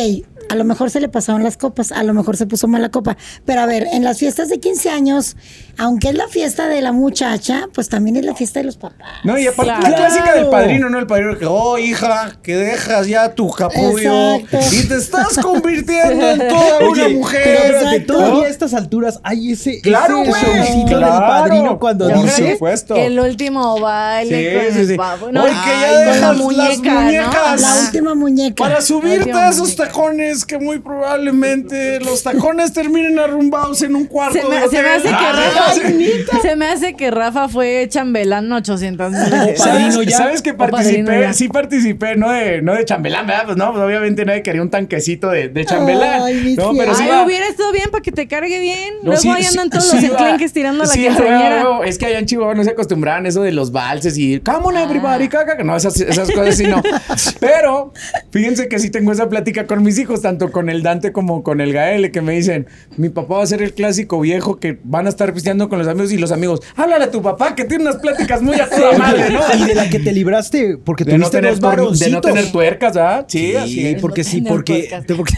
S1: a lo mejor se le pasaron las copas, a lo mejor se puso mala copa. Pero a ver, en las fiestas de 15 años, aunque es la fiesta de la muchacha, pues también es la fiesta de los papás.
S2: No, y aparte la
S4: Claro.
S2: clásica del padrino, ¿no? El padrino que, oh, hija, que dejas ya tu capullo
S1: Exacto.
S2: y te estás convirtiendo en toda una
S3: Pero
S2: mujer.
S3: espérate,
S1: Exacto.
S3: todavía a estas alturas hay ese,
S2: Claro,
S3: ese
S2: güey.
S3: showcito del
S2: Claro.
S3: padrino cuando
S2: Por
S3: dice.
S2: supuesto.
S4: Que el último baile
S2: Sí,
S4: con
S2: sí,
S4: el
S2: sí.
S4: pavo.
S2: Oye, que ya
S4: ay,
S2: dejas
S4: con la
S2: las
S4: muñeca, ¿no?
S2: muñecas.
S1: La
S4: Ajá.
S1: última muñeca.
S2: Para subirte a
S4: Dios
S2: esos
S4: mío.
S2: tacones que muy probablemente los tacones terminen arrumbados en un cuarto
S4: Se me,
S2: de
S4: se me
S2: hotel.
S4: hace que
S2: Ah,
S4: Rafa,
S2: sí.
S4: se me hace que Rafa fue chambelán 800 veces.
S2: ¿Sabes,
S3: padrino ya.
S2: sabes que
S4: O padrino
S2: participé?
S4: ya.
S2: Sí participé, no de, no de chambelán, ¿verdad? Pues no, pues obviamente nadie quería un tanquecito de, de chambelán.
S1: Ay, mi
S2: no,
S1: cielo.
S2: pero sí
S4: Ay,
S2: va-
S4: hubiera estado bien para que te cargue bien.
S2: no,
S4: Luego
S2: sí-
S4: ahí andan
S2: sí-
S4: todos
S2: sí
S4: los
S2: va.
S4: enclenques tirando a la
S2: Sí,
S4: quinceañera.
S2: no, no, es que allá en Chihuahua no se acostumbraban eso de los valses y come on
S4: Ah.
S2: everybody, caca, que no, esas, esas cosas sí no. Pero fíjense que sí tengo esa plática con mis hijos, tanto con el Dante como con el Gael, que me dicen, mi papá va a ser el clásico viejo que van a estar pisteando con los amigos y los amigos, háblale a tu papá que tiene unas pláticas muy a toda madre, ¿no?
S3: Y de la que te libraste porque
S2: De no,
S3: tuviste
S2: tener
S3: dos
S2: tor- de
S3: varoncitos.
S2: no tener tuercas, ¿ah? Sí,
S3: Sí,
S2: así es.
S3: porque sí,
S4: No
S3: porque,
S4: tener
S3: porque,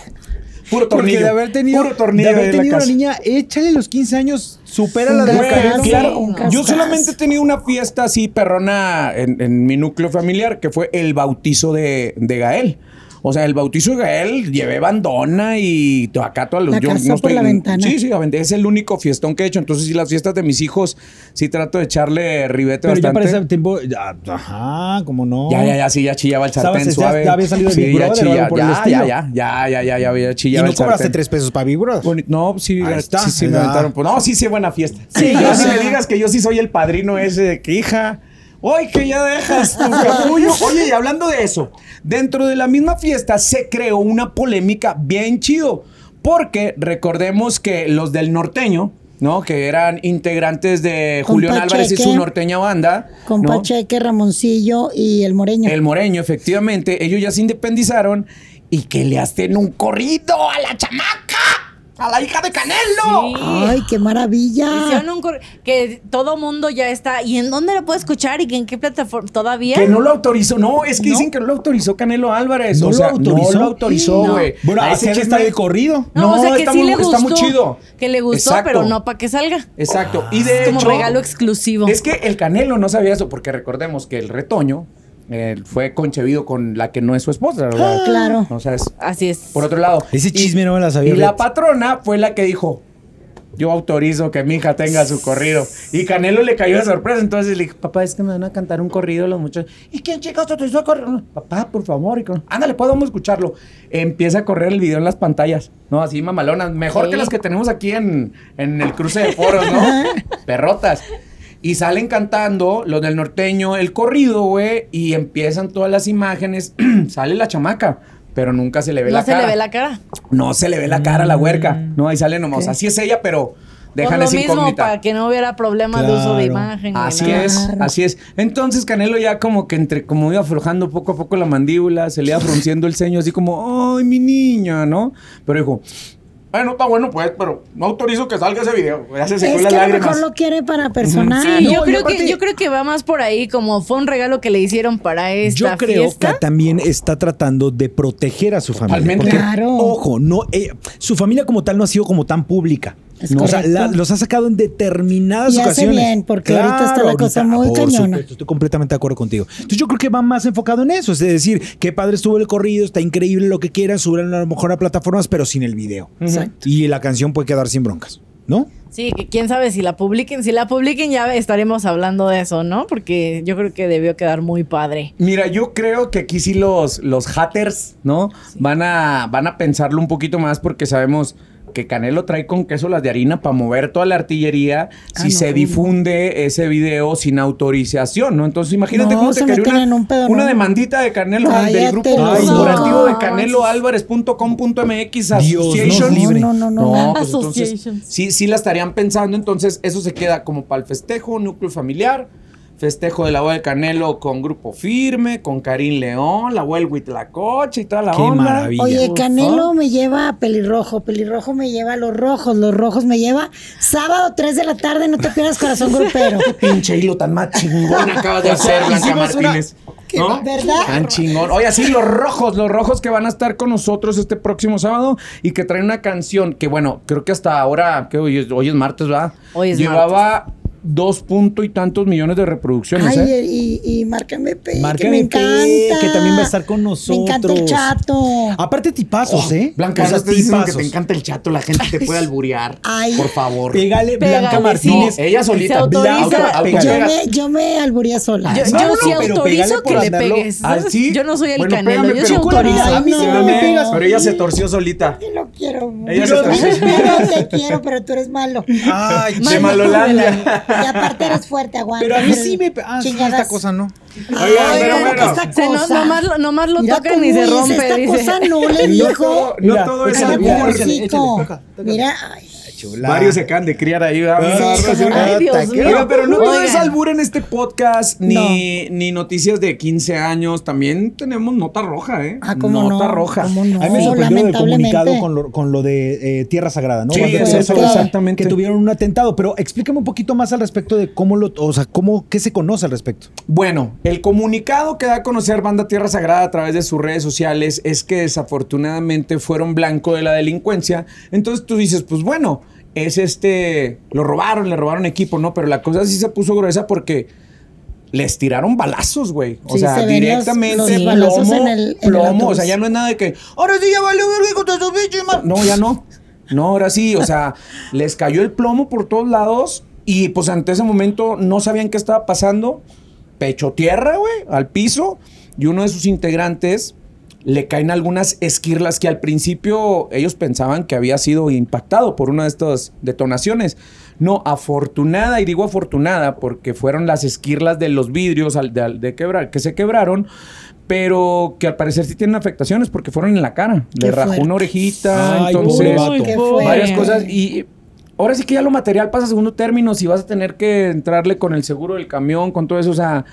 S2: Puro
S3: porque
S2: tornillo.
S3: de haber tenido,
S2: puro tornillo
S3: de haber
S2: de la
S3: tenido una
S2: casa.
S3: niña, échale los 15 años, supera la de
S1: Güey,
S3: Canelo.
S1: sí,
S2: claro.
S1: un
S2: Yo
S1: cascazo.
S2: solamente he tenido una fiesta así perrona en, en mi núcleo familiar, que fue el bautizo de, de Gael. O sea, el bautizo de Gael, llevé bandona y to- acá todos los...
S1: La calzó por la ventana.
S2: Sí, sí, aventé- es el único fiestón que he hecho. Entonces, sí, las fiestas de mis hijos, sí trato de echarle ribete
S3: Pero ya
S2: bastante.
S3: para ese tiempo, ya, ajá, cómo no.
S2: Ya, ya, ya, sí, ya chillaba el
S3: Estabas-
S2: sartén
S3: ya-
S2: suave.
S3: ya había salido de
S2: sí,
S3: Big
S2: ya,
S3: Brother o algo
S2: chilla-
S3: por el
S2: ya, ya,
S3: estilo.
S2: ya, ya, ya, ya, ya, ya
S3: Y
S2: chillaba
S3: no
S2: el sartén.
S3: cobraste tres pesos para Big Brother.
S2: Boni- No, sí,
S3: Ahí está,
S2: sí, sí me
S3: ¿verdad?
S2: aventaron. Pues, no, sí, sí, buena fiesta. Sí,
S3: Sí,
S2: yo
S3: o
S2: si
S3: sea.
S2: me digas que yo sí soy el padrino ese de que hija. Hoy que ya dejas tu capullo. Oye, y hablando de eso, dentro de la misma fiesta se creó una polémica bien chido. Porque recordemos que los del norteño, ¿no? Que eran integrantes de
S1: Con
S2: Julián Álvarez y su
S1: Pacheque.
S2: norteña banda.
S1: Con
S2: ¿no?
S1: Pacheque, Ramoncillo y el Moreño.
S2: El Moreño, efectivamente. Ellos ya se independizaron y que le hacen un corrido a la chamaca. a la hija de
S4: Sí.
S2: Canelo.
S1: Ay, qué maravilla.
S4: Ah. Hicieron un cor- que todo mundo ya está. ¿Y en dónde lo puede escuchar? ¿Y en qué plataforma? ¿Todavía?
S2: Que no lo autorizó. No, es que
S3: No.
S2: dicen que no lo autorizó Canelo Álvarez.
S3: ¿No
S2: o
S3: lo
S2: sea,
S3: autorizó?
S2: No lo autorizó,
S4: No.
S2: güey.
S3: Bueno,
S2: A
S3: así
S2: ese
S3: debe
S2: chisme-
S3: estar el corrido.
S4: No, o sea, que
S2: está
S4: sí
S2: muy-
S4: le gustó.
S2: Está muy chido.
S4: Que le gustó,
S2: Exacto.
S4: pero no para que salga.
S2: Exacto. Y de
S4: como
S2: hecho,
S4: regalo exclusivo.
S2: Es que el Canelo no sabía eso, porque recordemos que el retoño eh, fue concebido con la que no es su esposa, ¿verdad?
S1: Ah, claro.
S2: O sea, es
S4: Así es.
S2: por otro lado.
S3: Ese
S2: Y-
S3: chisme no me la sabía,
S2: Y la
S3: fíjate.
S2: patrona fue la que dijo: Yo autorizo que mi hija tenga su corrido. Y Canelo le cayó de sorpresa. Entonces le dije: Papá, es que me van a cantar un corrido los muchachos. ¿Y quién chicas autorizó el corrido? Papá, por favor. y con- Ándale, podemos escucharlo. Empieza a correr el video en las pantallas. No, así mamalonas. Mejor
S4: Sí.
S2: que las que tenemos aquí en, en el cruce de foros, ¿no? Perrotas. Y salen cantando los del norteño el corrido, güey. Y empiezan todas las imágenes. Sale la chamaca, pero nunca se le ve
S4: no
S2: la
S4: se
S2: cara
S4: le ve la cara.
S2: no se le ve la cara a la huerca. No, ahí sale nomás. Así es ella, pero
S4: Por
S2: dejan
S4: lo
S2: esa
S4: mismo,
S2: incógnita.
S4: para que no hubiera problema de uso de
S3: Claro.
S4: imagen. ni
S2: Así
S4: nada.
S2: es, así es. Entonces Canelo ya como que entre, como iba aflojando poco a poco la mandíbula, se le iba frunciendo el ceño, así como, ay, mi niña, ¿no? Pero dijo, bueno, está bueno, pues, pero no autorizo que salga ese video. Ya se secó
S1: Es
S2: las
S1: que a lo
S2: lágrimas.
S1: mejor lo quiere para personal.
S2: Ah,
S4: Sí,
S3: no,
S4: yo,
S3: y
S4: creo
S3: aparte-
S4: que, yo creo que va más por ahí, como fue un regalo que le hicieron para esta
S3: Yo creo
S4: fiesta.
S3: que también está tratando de proteger a su familia.
S2: Totalmente.
S3: Porque,
S1: Claro.
S3: Ojo, no, eh, su familia como tal no ha sido como tan pública.
S1: Es
S3: ¿no? O sea,
S1: correcto.
S3: la- los ha sacado en determinadas
S1: Y hace
S3: ocasiones.
S1: bien, porque ahorita está la cosa muy
S3: por
S1: cañona.
S3: supuesto, estoy completamente de acuerdo contigo. Entonces yo creo que va más enfocado en eso. Es decir, qué padre estuvo el corrido, está increíble lo que quieran, suban a lo mejor a plataformas, pero sin el video.
S1: Exacto.
S3: Y la canción puede quedar sin broncas, ¿no?
S4: Sí, que quién sabe si la publiquen. Si la publiquen ya estaremos hablando de eso, ¿no? Porque yo creo que debió quedar muy padre.
S2: Mira, yo creo que aquí sí los, los haters, ¿no? Van, a, van a pensarlo un poquito más porque sabemos que Canelo trae con queso las de harina para mover toda la artillería
S1: Ah,
S2: si
S1: no,
S2: se
S1: ¿cómo?
S2: difunde ese video sin autorización, ¿no? Entonces imagínate
S1: No,
S2: cómo te
S1: se
S2: quedaría
S1: meten
S2: una,
S1: en un pedo,
S2: una
S1: ¿no?
S2: demandita de Canelo
S1: Cállate
S2: del grupo
S1: los
S2: corporativo
S4: ojos.
S2: de caneloalvarez.com.mx
S3: Dios nos
S2: Association.
S3: libre.
S1: No, no, no, no.
S2: No, pues entonces,
S4: Associations.
S2: sí, sí la estarían pensando. Entonces, eso se queda como para el festejo, núcleo familiar, festejo de la boda de Canelo con Grupo Firme, con Karim León, la abuela Huitlacoche y toda la
S3: Qué
S2: onda.
S3: maravilla.
S1: Oye,
S2: Por
S1: Canelo
S2: favor.
S1: me lleva a pelirrojo, pelirrojo me lleva a los rojos, los rojos me lleva sábado 3 de la tarde, no te pierdas corazón grupero.
S2: Pinche hilo tan más chingón acabas de hacer, Blanca
S1: hicimos una-
S2: Martínez.
S1: que-
S2: ¿No?
S1: ¿verdad?
S2: Tan chingón. Oye, sí, los rojos, los rojos que van a estar con nosotros este próximo sábado y que traen una canción que, bueno, creo que hasta ahora, que hoy, es- hoy es martes, ¿verdad?
S4: Hoy es
S2: Llevaba dos puntos y tantos millones de reproducciones. ¿eh?
S1: Ay, y, y márcame P, que me
S3: Márcame P,
S1: encanta.
S3: que también va a estar con nosotros. Ah,
S1: Me encanta el chato.
S3: Aparte tipazos,
S2: Oh,
S3: ¿eh?
S2: Blanca,
S3: O sea,
S2: no estés diciendo que
S3: tipazos.
S2: te encanta el chato, la gente te puede alburear.
S1: Ay.
S2: Por favor.
S3: Pégale, Blanca
S4: Pégale,
S3: Martínez.
S4: sí.
S2: Ella
S4: Se
S2: solita.
S4: autoriza.
S2: Blanca,
S3: Yo
S1: yo,
S2: autopégale.
S1: me, yo me alburía sola.
S4: Yo, yo
S3: vámonos,
S4: sí
S3: Ah, pero pégale
S4: autorizo que
S3: por
S4: le
S3: andarlo
S4: pegues.
S2: así.
S4: Yo no soy el
S2: Bueno,
S4: canelo,
S2: pégame,
S4: yo sí
S2: pero
S4: autorizo.
S2: A mí sí
S1: No.
S2: me pegas. Pero ella se torció solita.
S1: Yo lo quiero. mucho.
S2: Ella se torció.
S1: Pero te quiero, pero tú eres malo.
S3: Ay,
S4: Mano,
S2: De Malolandia.
S1: Y aparte eres fuerte, aguanta.
S3: Pero a mí sí me. Ah, sí,
S1: Chingadas.
S3: esta cosa no.
S2: Oigan,
S1: Ay,
S2: pero
S1: oigan,
S2: bueno.
S1: esta
S4: Se no-
S1: cosa.
S4: nomás, lo- nomás lo
S1: Mira
S4: tocan
S1: cómo
S4: y se
S1: dice,
S4: rompe.
S1: Esta
S4: dice.
S1: cosa no le dijo.
S2: No todo es
S1: Mira,
S3: échale,
S2: albur.
S3: échale, échale,
S1: pobrecito.
S3: toca, toca.
S1: Mira, ay,
S3: Chula.
S2: Varios se acaban de criar ahí. ¿verdad?
S1: Sí,
S2: Sí.
S1: como-
S4: Ay, Dios mío.
S2: Oigan, pero no todo
S4: Oigan.
S2: es albur en este podcast, ni, ni noticias de 15 años. También tenemos nota roja, ¿eh?
S1: ah, cómo no.
S2: nota roja.
S1: cómo no,
S3: A mí me sorprendió el comunicado
S1: lamentablemente.
S3: con lo, con lo de eh, Tierra Sagrada, ¿no?
S2: Sí,
S3: Cuando
S1: es
S3: se
S1: eso,
S3: sabe
S2: exactamente.
S3: Que tuvieron un atentado, pero explícame un poquito más al respecto de cómo lo, o sea, cómo, qué se conoce al respecto.
S2: Bueno, el comunicado que da a conocer Banda Tierra Sagrada a través de sus redes sociales es que desafortunadamente fueron blanco de la delincuencia. Entonces tú dices, pues bueno, es este, lo robaron, le robaron equipo, ¿no? Pero la cosa sí se puso gruesa porque les tiraron balazos, güey. O
S1: Sí,
S2: sea,
S1: se ven los-
S2: directamente
S1: los balazos
S2: plomo,
S1: en el- en el
S2: plomo. o
S1: autobús.
S2: sea, ya no es nada de que, ahora sí ya valió verga hijo de su pinche madre". No, ya no. No, ahora sí, o sea, les cayó el plomo por todos lados y pues ante ese momento no sabían qué estaba pasando. Pecho tierra, güey, al piso. Y uno de sus integrantes le caen algunas esquirlas que al principio ellos pensaban que había sido impactado por una de estas detonaciones. No, afortunada, y digo afortunada porque fueron las esquirlas de los vidrios al- de, al- de quebrar, que se quebraron, pero que al parecer sí tienen afectaciones porque fueron en la cara.
S1: Qué
S2: Le rajó
S1: fuerte.
S2: una orejita,
S3: Ay, pobre
S2: entonces
S3: vato.
S1: Qué
S4: pobre.
S2: varias cosas. Y ahora sí que ya lo material pasa a segundo término. Si vas a tener que entrarle con el seguro del camión, con todo eso, o sea,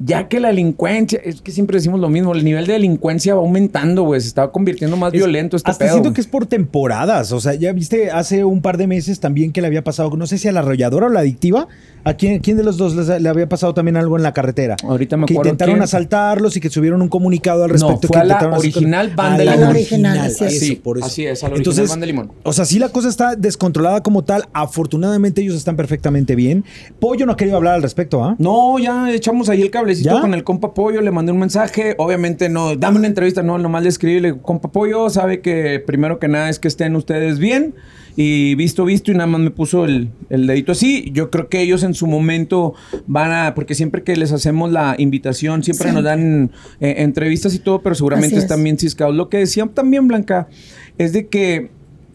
S2: ya que la delincuencia, es que siempre decimos lo mismo, el nivel de delincuencia va aumentando, güey, se está convirtiendo más
S3: Es-
S2: violento este
S3: Hasta
S2: pedo.
S3: siento
S2: güey.
S3: que es por temporadas. O sea, ya viste hace un par de meses también que le había pasado, no sé si a la arrolladora o la adictiva. ¿A quién, quién de los dos les- le había pasado también algo en la carretera?
S2: Ahorita me
S3: que
S2: acuerdo
S3: intentaron
S2: quién.
S3: asaltarlos y que subieron un comunicado al
S2: No,
S3: respecto.
S2: fue
S3: que
S2: a la
S3: intentaron asaltarlos.
S2: original banda
S3: A
S2: de
S3: la
S1: limón.
S3: original,
S1: Así
S2: es.
S3: eso, por eso.
S2: Así es, a la original banda de limón.
S3: O sea, sí la cosa está descontrolada como tal. Afortunadamente ellos están perfectamente bien. Pollo no ha querido hablar al respecto, ¿ah?
S2: No, ya echamos ahí el cablecito
S3: ¿Ya?
S2: con el compa Pollo, le mandé un mensaje, obviamente no, dame una entrevista, no, nomás le escribí, le digo, compa Pollo, sabe que primero que nada es que estén ustedes bien y visto, visto y nada más me puso el, el dedito así, yo creo que ellos en su momento van a, porque siempre que les hacemos la invitación, siempre nos dan eh, entrevistas y todo, pero seguramente
S1: Así es.
S2: están bien ciscados. Lo que decían también, Blanca, es de que...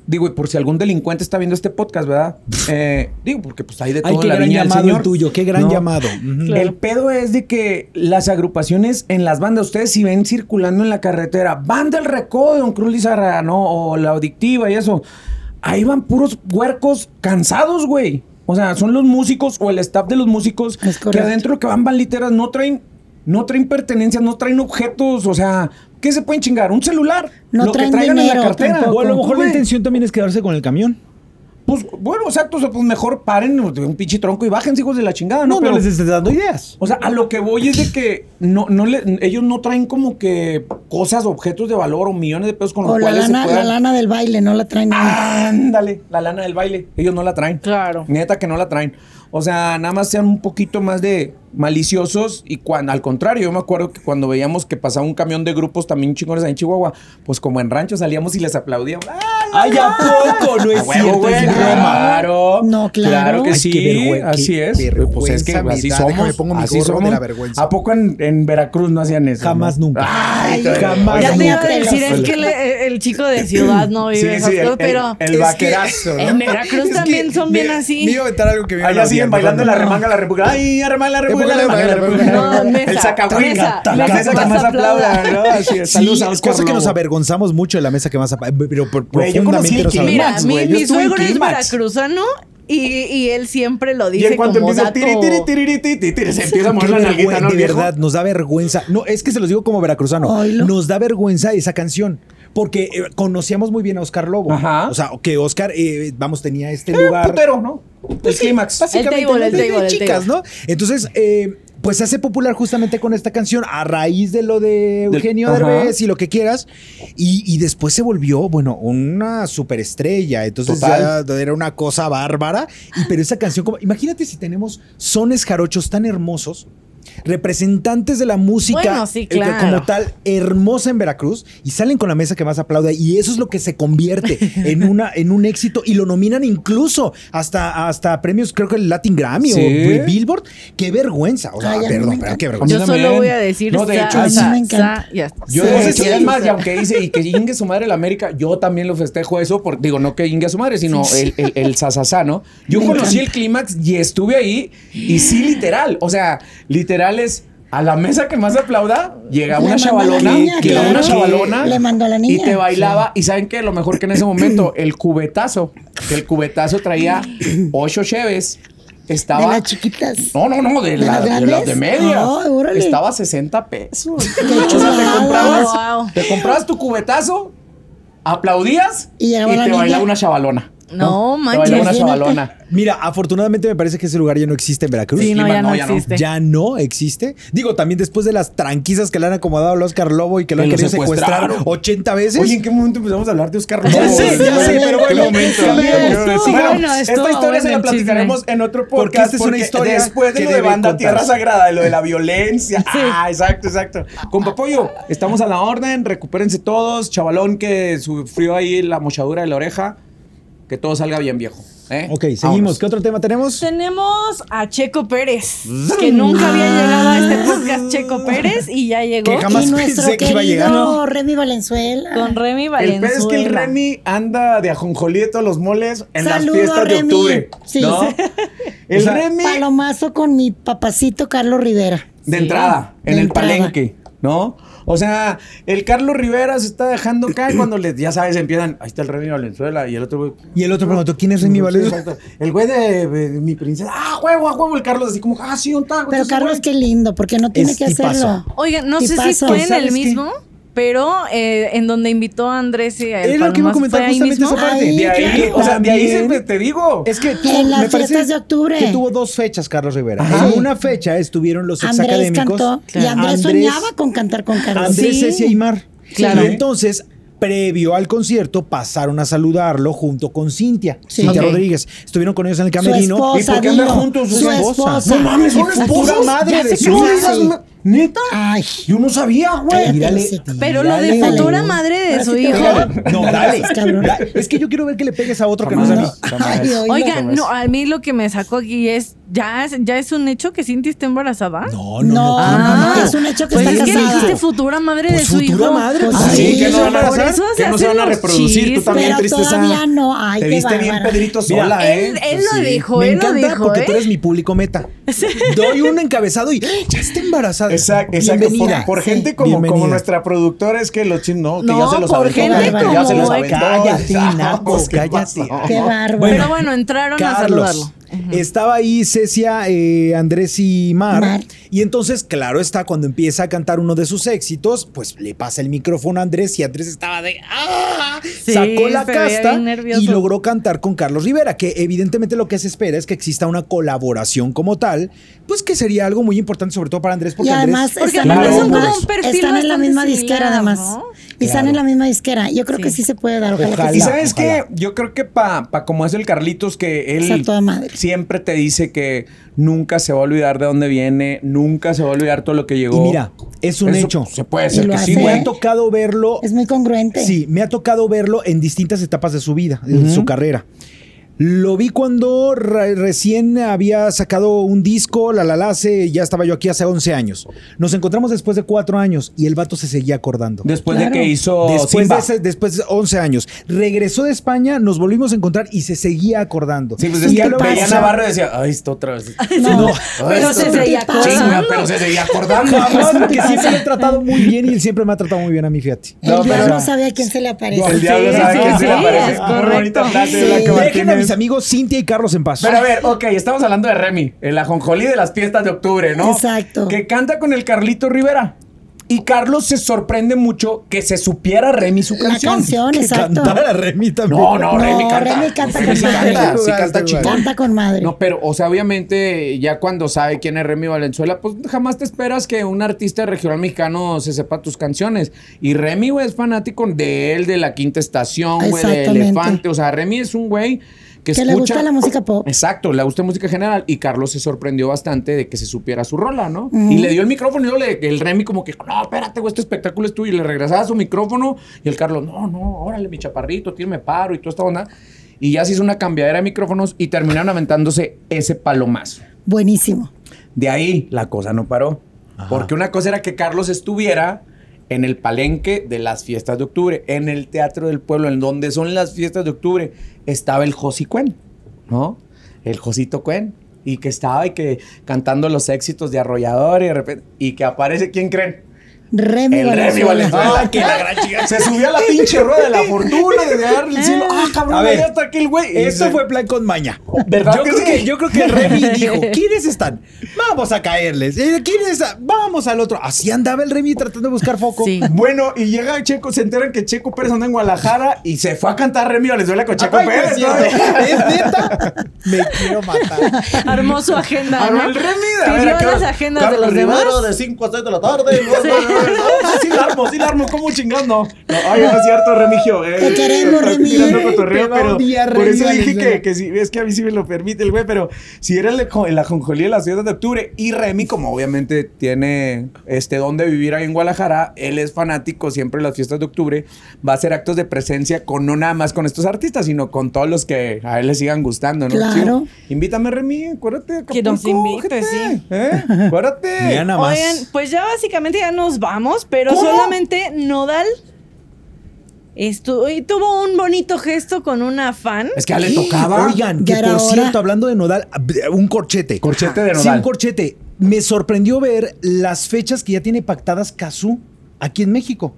S2: Digo, y por si algún delincuente está viendo este podcast, ¿verdad? Eh, digo, porque pues hay de todo
S3: Ay, qué
S2: en la
S3: gran
S2: viña del
S3: llamado
S2: señor.
S3: el tuyo, qué gran
S2: No.
S3: llamado. Ujú.
S2: El pedo es de que las agrupaciones en las bandas, ustedes si ven circulando en la carretera, banda el recodo, Don Cruz Lizarra, ¿no? O la adictiva y eso. Ahí van puros huercos cansados, güey. O sea, son los músicos o el staff de los músicos
S1: Es
S2: que
S1: correcto.
S2: adentro que van baliteras no traen, no traen pertenencias, no traen objetos, o sea, ¿qué se pueden chingar? Un celular,
S1: No traen dinero tampoco.
S3: O a lo mejor la
S2: Güey.
S3: intención también es quedarse con el camión.
S2: Pues bueno, exacto, o sea, pues mejor paren un pinche tronco y bájense hijos de la chingada, ¿no?
S3: No, no
S2: Pero-
S3: les estés dando ideas.
S2: O sea, a lo que voy es de que no, no le- ellos no traen como que cosas, objetos de valor o millones de pesos con los
S1: O la
S2: cuales
S1: lana,
S2: se
S1: la
S2: puedan...
S1: lana del baile, no la traen.
S3: Ah,
S2: Ándale, la lana del baile. Ellos no la traen.
S4: Claro.
S2: Neta que no la traen. O sea, nada más sean un poquito más de maliciosos y cuando, al contrario, yo me acuerdo que cuando veíamos que pasaba un camión de grupos también chingones ahí en Chihuahua, pues como en rancho salíamos y les aplaudíamos. ¡Ay,
S3: Ay, ¿a poco? No
S2: a huevo, güey!
S3: es broma.
S2: Claro.
S1: No, claro.
S2: que
S1: Ay,
S2: sí.
S3: qué vergüe-
S2: así
S3: qué
S2: es. Pues es que
S6: vergüenza me
S2: así
S6: da.
S2: somos.
S6: Déjame, pongo mi
S2: así
S6: gorro de
S2: somos.
S6: la vergüenza.
S2: ¿A poco en, en Veracruz no hacían eso?
S3: Jamás
S2: no?
S3: nunca.
S2: Ay,
S3: jamás
S4: Ya te iba a
S1: Ay,
S4: decir,
S1: Dios.
S4: es que le- el chico de ciudad no
S2: Sí,
S4: vive
S2: sí,
S4: esas
S2: el,
S4: cosas,
S2: el-
S4: pero
S2: el
S6: Es que-
S2: vaquerazo. ¿no?
S4: en Veracruz
S6: Es
S4: también
S6: que
S4: son
S6: me-
S4: bien
S6: Me
S4: así.
S6: iba a aventar algo que me iba a
S2: Allá
S6: olvidar,
S2: siguen bailando la
S6: perdón.
S2: remanga, la repuga. Ay, arremanga, la repuga, la
S6: Repúgale,
S2: remanga, la
S6: repúgale,
S2: repuga.
S4: repúgale. No,
S2: El
S4: mesa,
S2: sacahuinga.
S4: mesa,
S2: La
S4: mesa
S2: mesa
S4: que
S2: que
S4: más
S2: más aplauda,
S4: aplauda.
S2: ¿no? Así es. Eh, Saludos a Oscar
S3: cosa que nos
S2: Lobo.
S3: avergonzamos mucho de la mesa que más... ap- Pero por,
S2: Güey, yo conocí
S3: profundamente
S2: el
S3: nos
S2: Kleenex,
S4: Mira,
S3: avergonzamos.
S4: mi,
S2: güey, yo
S4: mi
S2: estuve en
S4: suegro es
S2: Kleenex.
S4: veracruzano y, y él siempre lo
S2: Y
S4: dice
S2: en cuanto
S4: como
S2: empieza
S4: dato.
S2: tiri, tiri, tiri, tiri, tiri, tiri, se empieza a mover
S3: Qué
S2: la nalguita,
S3: vergüenza,
S2: ¿no? el
S3: de
S2: viejo?
S3: verdad, nos da vergüenza. No, es que se los digo como veracruzano.
S1: Oilo.
S3: Nos da vergüenza esa canción. Porque eh, conocíamos muy bien a Oscar Lobo.
S2: Ajá.
S3: O sea, que Oscar, eh, vamos, tenía este
S2: Eh,
S3: lugar.
S2: Putero, ¿no? El clímax.
S4: El table,
S3: ¿no?
S4: el
S3: de, de
S4: table, el
S3: chicas, ¿no? Entonces, eh, pues se hace popular justamente con esta canción a raíz de lo de
S2: Del-
S3: Eugenio
S2: ajá.
S3: Derbez y lo que quieras. Y, y después se volvió, bueno, una superestrella. Entonces
S2: Total.
S3: ya era una cosa bárbara. Y, pero esa canción, como, imagínate si tenemos sones jarochos tan hermosos. Representantes de la música
S4: Bueno, sí,
S3: eh,
S4: claro.
S3: como tal hermosa en Veracruz y salen con la mesa que más aplaude y eso es lo que se convierte en una en un éxito y lo nominan incluso hasta hasta premios creo que el Latin Grammy
S2: Sí.
S3: o el Billboard qué vergüenza o sea
S1: Ay, a mí
S3: perdón
S1: me
S3: pero
S1: encanta.
S3: qué
S2: A mí
S3: vergüenza
S4: Yo
S2: también.
S4: solo voy a decir
S2: No, de
S4: sa,
S2: hecho,
S1: a mí
S4: sa,
S1: me encanta.
S4: sa, ya está.
S2: Yo
S1: Sí,
S2: no sé si
S1: sí,
S2: es
S1: sí.
S2: más, y aunque dice y que ingue su madre la América, yo también lo festejo eso, porque digo, no que ingue a su madre, sino el, el, el sasasá, ¿no? Yo conocí el clímax y estuve ahí, y sí, literal. O sea, literal es a la mesa que más aplauda, llega
S1: Le mandó a
S2: una
S1: la
S2: chavalona,
S1: niña,
S2: llega
S1: claro.
S2: una chavalona,
S1: Le mandó a la
S2: y
S1: niña.
S2: te bailaba. Y saben que lo mejor que en ese momento, el cubetazo, que el cubetazo traía ocho cheves,
S1: De
S2: estaba.
S1: las chiquitas.
S2: No, no, no, de,
S1: ¿De
S2: la-
S1: las
S2: de las
S1: grandes?
S2: de media.
S1: Ay, órale.
S2: Estaba a 60 pesos.
S1: Qué
S2: O sea, te
S1: chulada.
S2: comprabas,
S4: Ah, Wow.
S2: te comprabas tu cubetazo, aplaudías
S1: Y
S2: y,
S1: llegaba la
S2: te
S1: niña.
S2: bailaba una chavalona.
S4: No,
S2: Te bailaba una
S4: manches.
S2: chavalona.
S3: mira afortunadamente me parece que ese lugar ya no existe en Veracruz
S4: Sí, no,
S2: Lima,
S4: ya no
S2: no, ya no.
S4: existe.
S3: Ya no existe. Digo, también después de las tranquisas que le han acomodado al Oscar Lobo y que
S2: Que
S3: lo han
S2: lo
S3: querido secuestrar
S2: secuestraron.
S3: 80 veces.
S2: Oye, ¿en qué momento empezamos a hablar de Oscar Lobo?
S3: Ya sé, ya
S2: güey?
S3: sé, pero
S2: ¿En qué
S3: bueno,
S2: momento?
S3: ya
S2: Bueno,
S4: estuvo
S2: sí,
S4: bueno,
S2: bueno,
S4: estuvo
S2: esta historia se la
S4: bueno el chisme.
S2: platicaremos en otro podcast.
S3: Porque esta es una
S2: porque este
S3: historia
S2: Después de
S3: que
S2: lo de
S3: deben
S2: Banda
S3: contarse.
S2: Tierra Sagrada, lo de la violencia. Ah, exacto, exacto. Con Papoyo, estamos a la orden, recupérense todos. Chavalón que sufrió ahí la mochadura de la oreja. Que todo salga bien, viejo. ¿eh?
S3: ok, seguimos.
S2: Vámonos.
S3: ¿Qué otro tema tenemos?
S4: Tenemos a Checo Pérez, que nunca había llegado a este podcast Checo Pérez y ya llegó
S3: Que jamás
S1: y nuestro
S3: pensé que iba a llegar.
S1: querido Remy Valenzuela.
S4: con Remy
S2: El
S4: Valenzuela.
S2: pedo es que el Remy anda de ajonjolí de todos los moles en las
S1: Saludo,
S2: fiestas de
S1: Remy.
S2: octubre.
S1: Sí.
S2: ¿no? El
S3: O sea,
S2: Remy
S1: Palomazo con mi papacito Carlos Rivera.
S2: de entrada,
S1: De
S2: en el
S1: entrada.
S2: palenque. ¿No? O sea, el Carlos Rivera se está dejando caer cuando les, ya sabes, empiezan. Ahí está el rey de Valenzuela y el otro güey.
S3: Y el otro preguntó, ¿quién es Remy
S2: Sí,
S3: Valenzuela?
S2: exacto. El güey de, de mi princesa. ¡Ah, huevo, a huevo! El Carlos, así como, ¡ah, sí, un taco!
S1: Pero Carlos, qué lindo, porque no tiene
S3: Es
S1: que
S3: tipazo.
S1: hacerlo.
S4: Oigan, no sé si
S1: Tipazo.
S4: fue en
S1: ¿Sabes
S4: el
S1: qué?
S4: mismo, pero eh, en donde invitó a Andrés y a
S3: Es
S4: el
S3: lo que iba a
S4: Palomazo,
S3: comentar
S4: ¿fue ahí
S3: justamente
S4: mismo?
S3: esa parte.
S1: Ahí,
S2: De ahí,
S1: claro.
S2: o sea, de ahí
S3: También.
S2: siempre te digo.
S3: Es que tuvo-
S1: En las
S3: me parece
S1: fiestas de octubre.
S3: Que tuvo dos fechas, Carlos Rivera.
S2: Ajá.
S3: En una fecha estuvieron los
S1: Andrés
S3: exacadémicos.
S1: cantó. Y
S4: Claro.
S1: Andrés, soñaba con cantar con Carlos.
S3: Andrés
S4: Sí.
S3: Ceci Aymar.
S4: Claro.
S3: Y entonces, previo al concierto, pasaron a saludarlo junto con Cintia,
S1: Sí.
S3: Cintia
S4: Ok.
S3: Rodríguez. Estuvieron con ellos en el
S1: Su
S3: camerino.
S1: esposa,
S2: ¿Y por qué andan
S1: dilo.
S2: juntos?
S1: Su
S2: Su
S3: esposa.
S1: esposa.
S2: No mames, ¿son
S1: Y
S3: La
S1: esposa.
S2: esposos?
S3: pura madre
S1: Ya
S3: de
S1: se
S3: su
S2: No,
S1: casaron.
S3: vida.
S2: esas ma- ¿Neta?
S1: Ay,
S2: Yo no sabía, güey.
S1: Cállate,
S3: Mírale,
S1: Lucita.
S4: Pero lo de
S3: Dale.
S4: futura madre de
S1: Ahora
S4: su
S1: sí te
S4: hijo.
S1: regalo.
S3: No, dale.
S1: Gracias, cabrón.
S3: Es que yo quiero ver que le pegues a otro que no es a mí.
S2: Jamás, jamás.
S1: Ay, oiga.
S4: Oigan, no, a mí lo que me sacó aquí es, ¿ya es, ya es un hecho que Cinti está embarazada?
S3: No,
S1: No,
S3: no, no.
S1: no,
S4: Ah,
S1: no, es un hecho que
S4: Pues
S1: está
S4: es que
S1: casada.
S4: dijiste futura madre
S3: Pues
S4: de su
S3: futura
S4: hijo.
S3: madre, pues
S4: Ay,
S1: sí, que no
S2: van a
S4: por
S2: hacer,
S4: eso se
S2: que no se
S4: hacen
S2: van a
S4: los
S2: reproducir. Tú también,
S1: Pero
S2: tristeza.
S1: todavía no. Ay,
S2: te
S1: qué
S2: viste bien,
S1: bárbara.
S2: Pedrito
S3: Mira,
S2: sola,
S4: Él,
S2: ¿eh?
S4: él
S2: Pues
S4: lo
S2: sí.
S4: dijo,
S3: Me
S4: él lo
S3: encanta
S4: dijo.
S3: porque
S4: ¿eh?
S3: tú eres mi público meta. Doy un encabezado y ¡eh! ya está embarazada.
S2: Exacto, exacto.
S3: Bienvenida.
S2: Por, por
S3: Sí.
S2: gente como,
S3: Bienvenida.
S2: como nuestra productora es que los chinos no, que
S4: No,
S2: ya se los
S4: por
S2: aventó,
S4: gente
S2: que ya se
S4: como-
S2: los aventó.
S3: Cállate,
S2: Ah,
S3: Naco,
S2: pues, ¿qué
S3: cállate.
S2: pasó?
S1: Qué bárbaro.
S4: Pero bueno, entraron a saludarlo.
S3: Carlos. Estaba ahí Cecia, eh, Andrés y Mar,
S1: Mar.
S3: Y entonces, claro está, cuando empieza a cantar uno de sus éxitos, pues le pasa el micrófono a Andrés y Andrés estaba de ¡ah!
S4: Sí,
S3: Sacó la
S4: se veía
S3: casta
S4: bien nervioso.
S3: y logró cantar con Carlos Rivera, que evidentemente lo que se espera es que exista una colaboración como tal, pues que sería algo muy importante, sobre todo para Andrés, porque
S1: y
S3: Andrés-
S1: además
S4: Porque
S1: están,
S3: además
S1: en la
S3: son
S1: misma-
S3: como
S4: un
S1: están
S4: perfil
S1: en la
S4: bastante
S1: misma
S4: similar,
S1: disquera además.
S4: ¿no?
S1: Y están en la misma disquera. Yo creo que
S4: Sí.
S1: sí se puede dar. Ojalá,
S3: Ojalá.
S1: que
S2: Pues, Y
S1: sí.
S2: sabes
S3: ojalá.
S2: qué, yo creo que pa, pa como es el Carlitos que él
S1: Está toda madre.
S2: siempre te dice que nunca se va a olvidar de dónde viene, nunca se va a olvidar todo lo que llegó.
S3: Y mira, es un
S2: Eso
S3: hecho.
S2: Se puede
S1: Y
S2: ser
S1: lo
S2: que sí,
S1: hace,
S3: Me
S2: güey.
S3: ha tocado verlo
S1: Es muy congruente.
S3: Sí, me ha tocado verlo en distintas etapas de su vida, en su carrera. Lo vi cuando re- recién había sacado un disco, la la la, hace- ya estaba yo aquí hace 11 años. Nos encontramos después de cuatro años y el vato se seguía acordando.
S2: Después
S1: Claro.
S2: de que hizo
S3: Después
S2: Simba.
S3: de, ese- después de 11 años. Regresó de España, nos volvimos a encontrar y se seguía acordando.
S2: Sí, pues
S3: Y
S2: es que
S3: lo
S2: veía a
S3: pasa-
S2: Navarro y decía, ay, esto otra vez.
S1: No,
S4: pero se seguía
S2: Chinga,
S4: acordando.
S2: pero se seguía acordando.
S3: Jamás, porque siempre lo he tratado muy bien y él siempre me ha tratado muy bien a mí, fíjate.
S1: El
S2: No, pero-
S1: diablo sabe a quién se le aparece.
S2: El diablo
S4: Sí,
S2: sabe
S4: sí,
S2: que
S4: sí,
S2: se le aparece.
S4: es
S2: Muy bonita
S4: correcto.
S2: frase,
S1: Sí.
S2: Blanca
S3: Dejen a
S2: Martínez.
S3: mis amigos Cintia y Carlos en paz.
S2: Pero a ver, ok, estamos hablando de Remy, el ajonjolí de las fiestas de octubre, ¿no?
S1: Exacto.
S2: Que canta con el Carlito Rivera. Y Carlos se sorprende mucho que se supiera Remy su
S1: La
S2: canción.
S1: canción,
S3: que
S1: exacto.
S3: cantara Remy también.
S2: No, no, Remy
S1: No,
S2: canta.
S1: Remy canta
S2: sí
S1: con madre.
S2: canta, sí canta chingón.
S1: Canta con madre.
S2: No, pero, o sea, obviamente, ya cuando sabe quién es Remy Valenzuela, pues jamás te esperas que un artista regional mexicano se sepa tus canciones. Y Remy, güey, es fanático de él, de la quinta estación, güey, de
S1: Exactamente.
S2: Elefante. O sea, Remy es un güey que,
S1: Que le
S2: escucha-
S1: gusta la música pop.
S2: Exacto, le gusta música general. Y Carlos se sorprendió bastante de que se supiera su rola, ¿no? Y le dio el micrófono y luego le- el Remy como que, no, espérate, güey, este espectáculo es tuyo. Y le regresaba su micrófono y el Carlos, no, no, órale, mi chaparrito, tírame paro y toda esta onda. Y ya se hizo una cambiadera de micrófonos y terminaron aventándose ese palomazo.
S1: Buenísimo.
S2: De ahí la cosa no paró. Porque una cosa era que Carlos estuviera en el palenque de las fiestas de octubre, en el Teatro del Pueblo, en donde son las fiestas de octubre, estaba el Josi Cuen, ¿no? El Josito Cuen. Y que estaba y que cantando los éxitos de Arrollador y de repente. Y que aparece, ¿quién creen?
S1: Remy
S2: el Remy Valenzuela.
S1: Valenzuela.
S2: Ah, que la gran chica. Se subió a la pinche rueda de la fortuna de darle el cielo. ¡Ah, cabrón!
S3: A ver,
S2: allá está aquel güey.
S3: Eso
S2: Ese-
S3: fue plan con maña.
S2: ¿Verdad
S3: Yo,
S2: que
S3: creo
S2: sí?
S3: que, yo creo que Remy dijo, ¿quiénes están? Vamos a caerles. Eh, ¿Quiénes? a- Vamos al otro. Así andaba el Remy tratando de buscar foco.
S4: Sí.
S2: Bueno, y llega Checo, se enteran que Checo Pérez anda en Guadalajara y se fue a cantar Remy Valenzuela con Checo
S3: Ay, no es
S2: Pérez.
S3: cierto.
S2: ¿no?
S3: ¿Es neta? Me quiero matar.
S4: Armó su agenda.
S2: Armó
S4: ¿no?
S2: el Remy, a ver,
S4: Pidió
S2: acá,
S4: las agendas de los demás.
S6: Rivero de 5 a 6 de la tarde. luego-
S2: Sí, la armo, sí, la armo, como chingando. No, ay, no es cierto, Remigio. eh,
S1: Te queremos,
S2: estoy
S1: Remy.
S2: tirando cotorreo,
S3: Te va a
S2: pero
S3: odiar,
S2: por
S3: Remy
S2: eso dije
S3: Valenzuela.
S2: que, que sí, es que a mí sí me lo permite el güey, pero si era el, el ajonjolí de la ciudad de octubre y Remy, como obviamente tiene este donde vivir ahí en Guadalajara, él es fanático siempre de las fiestas de octubre, va a hacer actos de presencia con no nada más con estos artistas, sino con todos los que a él le sigan gustando, ¿no?
S1: Claro.
S2: Sí, Invítame, Remy, acuérdate.
S4: Que nos
S2: Acapulco,
S4: invite,
S2: ojete,
S4: sí.
S2: ¿eh? Acuérdate.
S3: Mira nada más.
S4: Oigan, pues ya básicamente ya nos vamos, pero
S2: ¿Cómo?
S4: solamente Nodal estu- y tuvo un bonito gesto con una fan.
S2: Es que a él le tocaba.
S3: Oigan,
S1: Ya
S3: que
S1: era
S3: por
S1: hora.
S3: cierto, hablando de Nodal, un corchete.
S2: Corchete de
S3: Sí,
S2: Nodal.
S3: un corchete. me sorprendió ver las fechas que ya tiene pactadas Cazú aquí en México.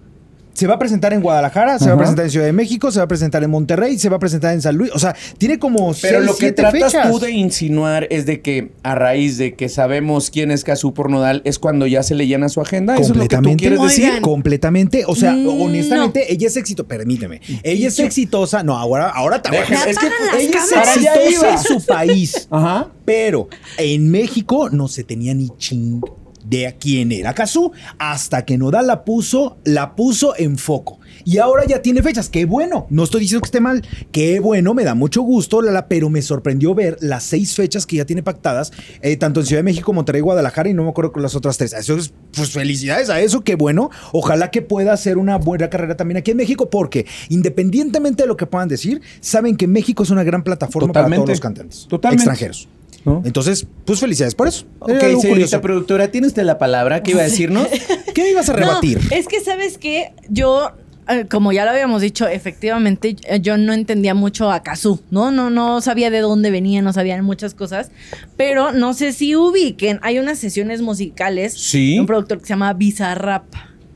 S3: Se va a presentar en Guadalajara, se va a
S2: Ajá.
S3: presentar en Ciudad de México, se va a presentar en Monterrey, se va a presentar en San Luis. O sea, tiene como
S2: Pero
S3: seis,
S2: lo que
S3: siete
S2: tratas
S3: fechas.
S2: tú de insinuar es de que a raíz de que sabemos quién es Cazú por Nodal es cuando ya se le llena su agenda. Eso es lo que tú
S3: Completamente,
S2: quieres decir.
S4: Oigan.
S3: completamente. O sea,
S4: Mm,
S3: honestamente, ella es exitosa. Permíteme. Ella es exitosa. No, ahora, ahora te voy a-
S2: Deja- es que-
S3: Ella es
S2: cámaras. Para allá
S3: exitosa
S2: iba.
S3: en su país.
S2: Ajá.
S3: Pero en México no se tenía ni ching de a quién era Cazú hasta que Nodal la puso, la puso en foco. Y ahora ya tiene fechas. Qué bueno. No estoy diciendo que esté mal. Qué bueno, me da mucho gusto, Lala, pero me sorprendió ver las seis fechas que ya tiene pactadas, eh, tanto en Ciudad de México, Monterrey, Guadalajara y no me acuerdo con las otras tres. Eso es, pues felicidades a eso, qué bueno. Ojalá que pueda hacer una buena carrera también aquí en México, porque independientemente de lo que puedan decir, saben que México es una gran plataforma para
S2: Totalmente.
S3: todos los cantantes
S2: Totalmente.
S3: extranjeros.
S2: ¿No?
S3: Entonces, pues felicidades por eso.
S2: Ok,
S3: Era algo
S2: señorita
S3: curioso.
S2: productora, ¿tiene usted la palabra que iba a decirnos?
S3: ¿Qué ibas a rebatir?
S4: No, es que sabes que yo, eh, como ya lo habíamos dicho, efectivamente eh, yo no entendía mucho a Kazu, ¿no? No, no sabía de dónde venía, no sabían muchas cosas, pero no sé si ubiquen, hay unas sesiones musicales
S2: Sí.
S4: de un productor que se llama Bizarrap.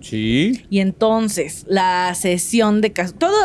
S2: Sí.
S4: Y entonces, la sesión de Kazu, todo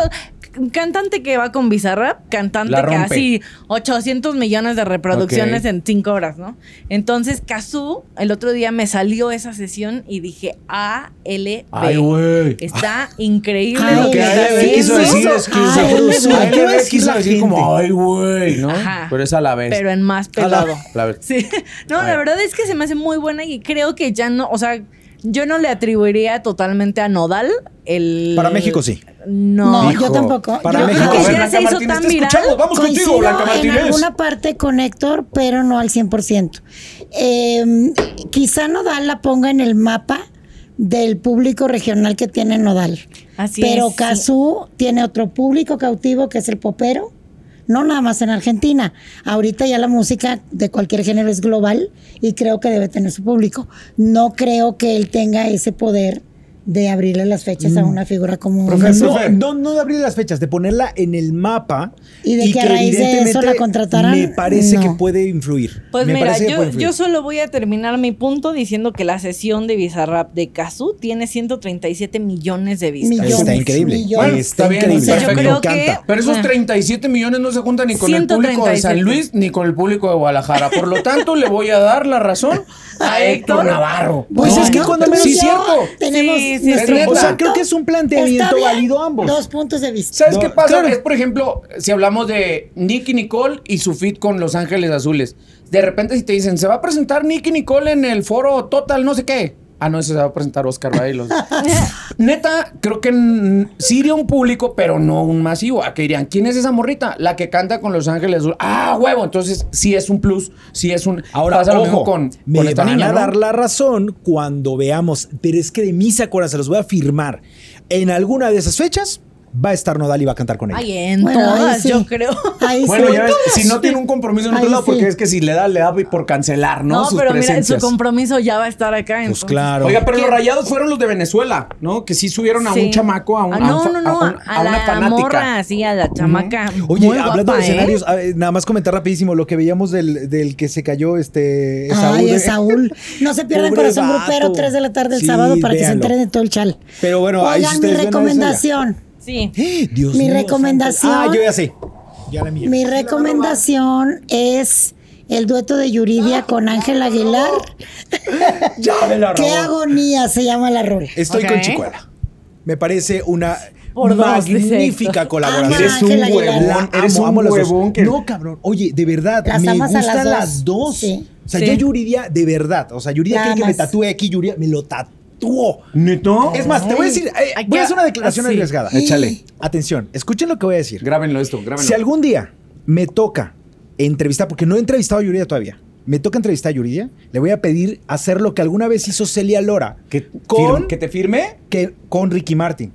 S4: cantante que va con Bizarrap, cantante
S2: La
S4: que
S2: rompe.
S4: así 800 millones de reproducciones
S2: Ok.
S4: en 5 horas, ¿no? Entonces, Kazu, el otro día me salió esa sesión y dije, ALB.
S2: Ay, güey.
S4: Está increíble
S1: Ay,
S4: lo
S2: Lo
S4: que
S1: ¿qué
S2: que
S4: está
S1: ALB
S2: ALB quiso
S4: haciendo.
S2: decir
S1: eso?
S2: es que
S1: Ay,
S2: se-
S3: ¿qué va a
S2: ALB
S3: decir
S2: quiso
S3: la
S2: decir como, ay, güey, ¿no?
S4: Ajá.
S2: Pero es a la vez.
S4: Pero en más
S2: A la-
S4: pelado.
S2: la vez.
S4: Sí. No, la verdad es que se me hace muy buena y creo que ya no, o sea, yo no le atribuiría totalmente a Nodal el...
S3: Para México sí.
S4: No.
S1: No,
S2: Hijo,
S1: yo tampoco.
S3: para
S1: Yo
S3: México.
S1: creo
S2: A
S1: que
S2: ver,
S4: ya
S2: Blanca
S4: se hizo
S2: Martínez,
S4: tan
S2: te
S4: viral.
S2: escuchamos. Vamos contigo,
S1: Coincido
S2: Blanca
S1: en
S2: Martínez.
S1: alguna parte con Héctor, pero no al 100%. Eh, quizá Nodal la ponga en el mapa del público regional que tiene Nodal.
S4: Así
S1: pero
S4: es, sí.
S1: Cazú tiene otro público cautivo que es el popero. No nada más en Argentina. Ahorita ya la música de cualquier género es global y creo que debe tener su público. No creo que él tenga ese poder de abrirle las fechas
S4: Mm.
S1: a una figura como
S2: Profe,
S1: Nodal.
S3: No,
S2: Profe.
S3: no, no de abrir las fechas, de ponerla en el mapa.
S1: Y de que a raíz de eso
S3: evidentemente
S1: la contrataran,
S3: Me parece
S1: no.
S3: que puede influir.
S4: Pues
S3: Me
S4: mira,
S3: parece que puede
S4: yo,
S3: influir.
S4: yo solo voy a terminar mi punto diciendo que la sesión de Bizarrap de Kazoo tiene 137 millones de vistas.
S1: Millones,
S3: Está increíble.
S1: millones.
S2: Bueno,
S3: está
S2: está bien,
S3: increíble.
S1: o sea, yo
S3: Perfecto,
S4: creo
S3: me encanta.
S2: Pero esos 37 millones no se juntan ni con el público de San
S4: 137.
S2: Luis ni con el público de Guadalajara. Por lo tanto, le voy a dar la razón a Héctor Navarro.
S3: Pues es que cuando menos-
S2: Sí,
S1: yo-
S2: cierto.
S1: Tenemos
S4: Sí, sí,
S1: nuestro
S2: es neta.
S1: punto.
S2: O sea,
S3: creo que es un planteamiento
S1: Está bien,
S3: válido ambos.
S1: Dos puntos de vista.
S2: ¿Sabes
S3: No,
S2: qué pasa?
S3: claro.
S2: Es, por ejemplo, si hablamos de Nicky Nicole y su fit con Los Ángeles Azules. De repente, si te dicen, se va a presentar Nicky Nicole en el foro Total, no sé qué. Ah, no, eso se va a presentar Oscar Bailos. Neta, creo que mm, sí iría un público, pero no un masivo. ¿A qué dirían? ¿Quién es esa morrita? La que canta con Los Ángeles Azules. Ah, huevo. Entonces, sí es un plus. Sí es un.
S3: Ahora,
S2: pasa lo
S3: ojo,
S2: mismo con,
S3: me
S2: con esta
S3: van
S2: niña,
S3: a
S2: ¿no?
S3: dar la razón cuando veamos, pero es que de mí se acuerdan, se los voy a firmar. En alguna de esas fechas va a estar Nodal y va a cantar con ella.
S4: Ay, en
S1: Bueno, ahí
S4: todas,
S1: sí.
S4: yo creo.
S1: Ahí
S2: Bueno,
S1: sí.
S2: ya ves, si no tiene un compromiso en otro
S1: Ahí
S2: lado, porque
S1: sí.
S2: es que si le da, le da por cancelar, ¿no?
S4: No,
S2: Sus
S4: pero mira, su
S2: presencias.
S4: compromiso ya va a estar acá. entonces.
S2: Oiga, pero los rayados fueron los de Venezuela, ¿no? Que sí subieron a
S4: Sí.
S2: un chamaco, a un
S4: Ah,
S2: a un
S4: no,
S2: fa-
S4: no, no,
S2: a
S4: a,
S2: un- a una
S4: la
S2: fanática.
S4: morra, sí, a la chamaca.
S3: Oye,
S4: Muy
S3: hablando
S4: guapa,
S3: de
S4: ¿eh?
S3: escenarios, a ver, nada más comentar rapidísimo lo que veíamos del, del que se cayó este Esaú
S1: Ay,
S3: de-
S1: es Saúl. No se pierdan
S3: Pobre
S1: Corazón
S3: vato.
S1: Grupero, 3 de la tarde el
S3: Sí,
S1: sábado, para que se
S3: véanlo.
S1: enteren de todo el chal.
S3: Pero bueno, ahí si
S1: Oigan, mi
S3: ustedes ven a
S1: recomendación.
S4: Sí.
S3: ¡Eh! Dios
S1: Mi
S3: mío, santo.
S1: recomendación-
S3: Ah, yo ya sé. Ya la mía.
S1: Mi recomendación es el dueto de Yuridia con Ángel Aguilar.
S3: Ya me la
S1: ¡Qué
S3: robó.
S1: agonía se llama la rola!
S3: Estoy
S4: Ok.
S3: con Chicuela. Me parece una
S4: Por dos, dice
S3: magnífica
S4: Héctor. Ah,
S3: colaboración.
S1: Eres un Ángela Aguilar.
S2: huevón,
S3: La
S2: eres
S3: amo,
S2: un
S3: amo las dos.
S2: huevón que-
S3: No, cabrón. Oye, de verdad,
S1: Las
S3: me
S1: amas a
S3: gustan
S1: las
S3: las dos.
S1: dos. Sí.
S3: O sea,
S4: Sí.
S3: yo Yuridia, de verdad. O sea, Yuridia
S1: La
S3: quiere que me
S1: amas.
S3: tatúe aquí, Yuridia me lo tatuó.
S2: ¿Nito?
S3: Es más, te voy a decir, eh,
S4: Ay,
S3: voy a
S4: ya,
S3: hacer una declaración
S4: así.
S3: arriesgada.
S2: Échale.
S3: Atención, escuchen lo que voy a decir.
S2: Grábenlo esto, grábenlo.
S3: Si algún día me toca entrevistar, porque no he entrevistado a Yuridia todavía, me toca entrevistar a Yuridia, le voy a pedir hacer lo que alguna vez hizo Celia Lora
S2: ¿Que,
S3: con,
S2: fir- ¿Que te firme?
S3: que- con Ricky Martin.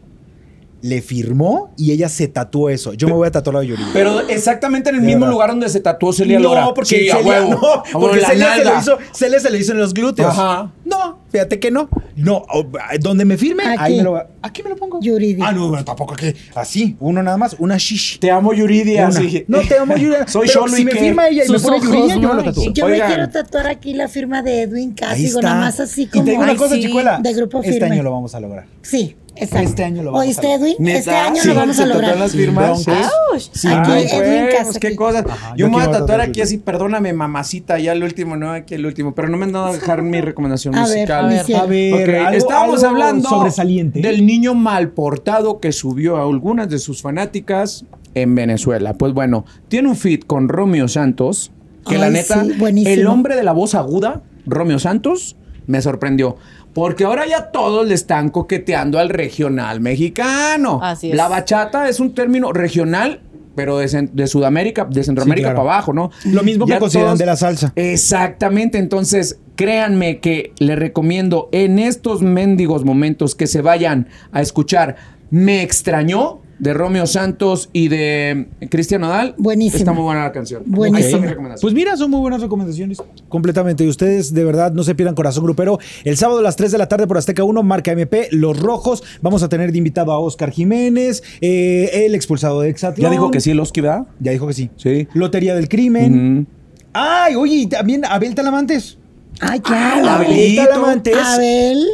S3: Le firmó y ella se tatuó eso. Yo me voy a tatuar a Yuridia.
S2: Pero exactamente en el
S3: De
S2: mismo
S3: verdad.
S2: lugar donde se tatuó Celia Lora.
S3: No, porque
S2: Sí, a
S3: Celia,
S2: huevo.
S3: no,
S2: A huevo,
S3: porque
S2: en la
S3: Celia se lo
S2: nalga.
S3: hizo, Celia se lo hizo en los glúteos.
S2: Ajá.
S3: No, Fíjate que no. No, o- donde me firme,
S1: Aquí.
S3: ahí me lo va- Aquí me lo pongo.
S1: Yuridia.
S3: Ah, no, bueno, tampoco aquí. Así, uno nada más, una shish.
S2: Te amo, Yuridia.
S3: Una.
S2: sí.
S3: No te amo, Yuridia.
S2: Soy
S3: Pero
S2: Sholo
S3: Si
S2: y
S3: me
S2: qué.
S3: firma ella y me
S4: Sus
S3: pone
S4: ojos,
S3: Yuridia, yo me lo
S4: ¿no?
S3: tatúo.
S4: Y
S1: Yo
S2: Oigan.
S1: me quiero tatuar aquí la firma de Edwin
S3: Ahí
S1: Cásigo,
S3: está.
S1: nada más así
S3: Y
S1: como.
S3: te digo una
S4: Ay,
S3: cosa,
S4: sí.
S3: chicuela.
S1: De Grupo
S3: Este
S1: Firme.
S3: año lo vamos a lograr.
S1: Sí, exacto.
S3: Este año lo vamos a
S1: ¿Oíste,
S3: lograr.
S1: Edwin?
S2: ¿Neta?
S1: Este año
S2: Sí,
S1: lo vamos a
S2: ¿se tatuan
S1: lograr.
S2: las firmas?
S3: Sin broncas.
S4: ¡Auch!
S2: Sí,
S1: Aquí,
S2: no,
S1: Edwin
S2: pues,
S1: Casa
S2: qué
S1: aquí.
S2: cosas.
S3: Ajá, yo
S2: yo me voy
S3: quiero
S2: a tatuar
S3: tatuar
S2: aquí
S3: Yuridia.
S2: así, perdóname, mamacita, ya el último, no, aquí el último. Pero no me han dado a dejar mi recomendación
S1: A ver,
S2: musical.
S1: a ver.
S3: A ver,
S2: Ok,
S3: algo-
S2: estábamos
S3: algo
S2: hablando
S3: sobresaliente.
S2: del niño malportado que subió a algunas de sus fanáticas en Venezuela. Pues bueno, tiene un feat con Romeo Santos, que la
S1: Ay,
S2: neta,
S1: sí, buenísimo.
S2: el hombre de la voz aguda, Romeo Santos, me sorprendió. Porque ahora ya todos le están coqueteando al regional mexicano.
S4: Así es.
S2: La bachata es un término regional, pero de, Cen- de Sudamérica, de Centroamérica
S3: claro.
S2: para abajo, ¿no?
S3: Lo mismo que consideran de la salsa.
S2: Exactamente, entonces créanme que le recomiendo en estos mendigos momentos que se vayan a escuchar Me extrañó de Romeo Santos y de Cristian Nodal.
S1: Buenísimo.
S2: Está muy buena la canción.
S1: Buenísimo.
S2: Ahí está mi
S1: Ok.
S2: recomendación.
S3: Pues mira, son muy buenas recomendaciones. Completamente. Y ustedes, de verdad, no se pierdan Corazón Grupero. El sábado a las 3 de la tarde por Azteca 1, marca MP, Los Rojos. Vamos a tener de invitado a Oscar Jiménez, eh, el expulsado de Exatlón.
S2: Pues, ya dijo que sí, Mm. Losky, ¿verdad?
S3: Ya dijo que sí.
S2: Sí.
S3: Lotería del Crimen. Ay, oye, y también Abel Talamantes.
S1: Ay, claro.
S2: Ah, Abel.
S1: Abel,
S2: Abelito.
S3: Talamantes.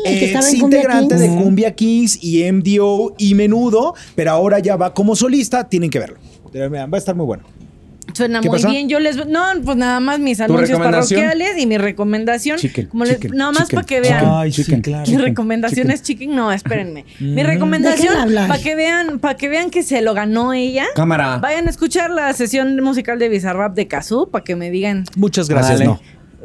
S1: el que estaba
S3: ex
S1: en Cumbia
S3: integrante de
S1: Kings.
S3: Cumbia Kings y MDO y Menudo, pero ahora ya va como solista, tienen que verlo. Pero, mira, Va a estar muy bueno.
S4: Suena
S3: ¿Qué
S4: muy
S3: pasó?
S4: bien. Yo les. No, pues nada más mis anuncios
S2: recomendación?
S4: parroquiales y mi recomendación.
S2: Chicken,
S4: como les-
S2: chicken,
S4: nada más
S2: chicken,
S4: para que vean.
S2: chicken.
S3: sí, claro.
S4: Mi recomendación es chicken. No, espérenme.
S2: Mm.
S4: Mi
S1: Déjenla
S4: recomendación
S1: hablar.
S4: para que vean, para que vean que se lo ganó ella.
S2: Cámara.
S4: Vayan a escuchar la sesión musical de Bizarrap de Kazoo para que me digan,
S3: Muchas gracias,
S2: Dale.
S3: no.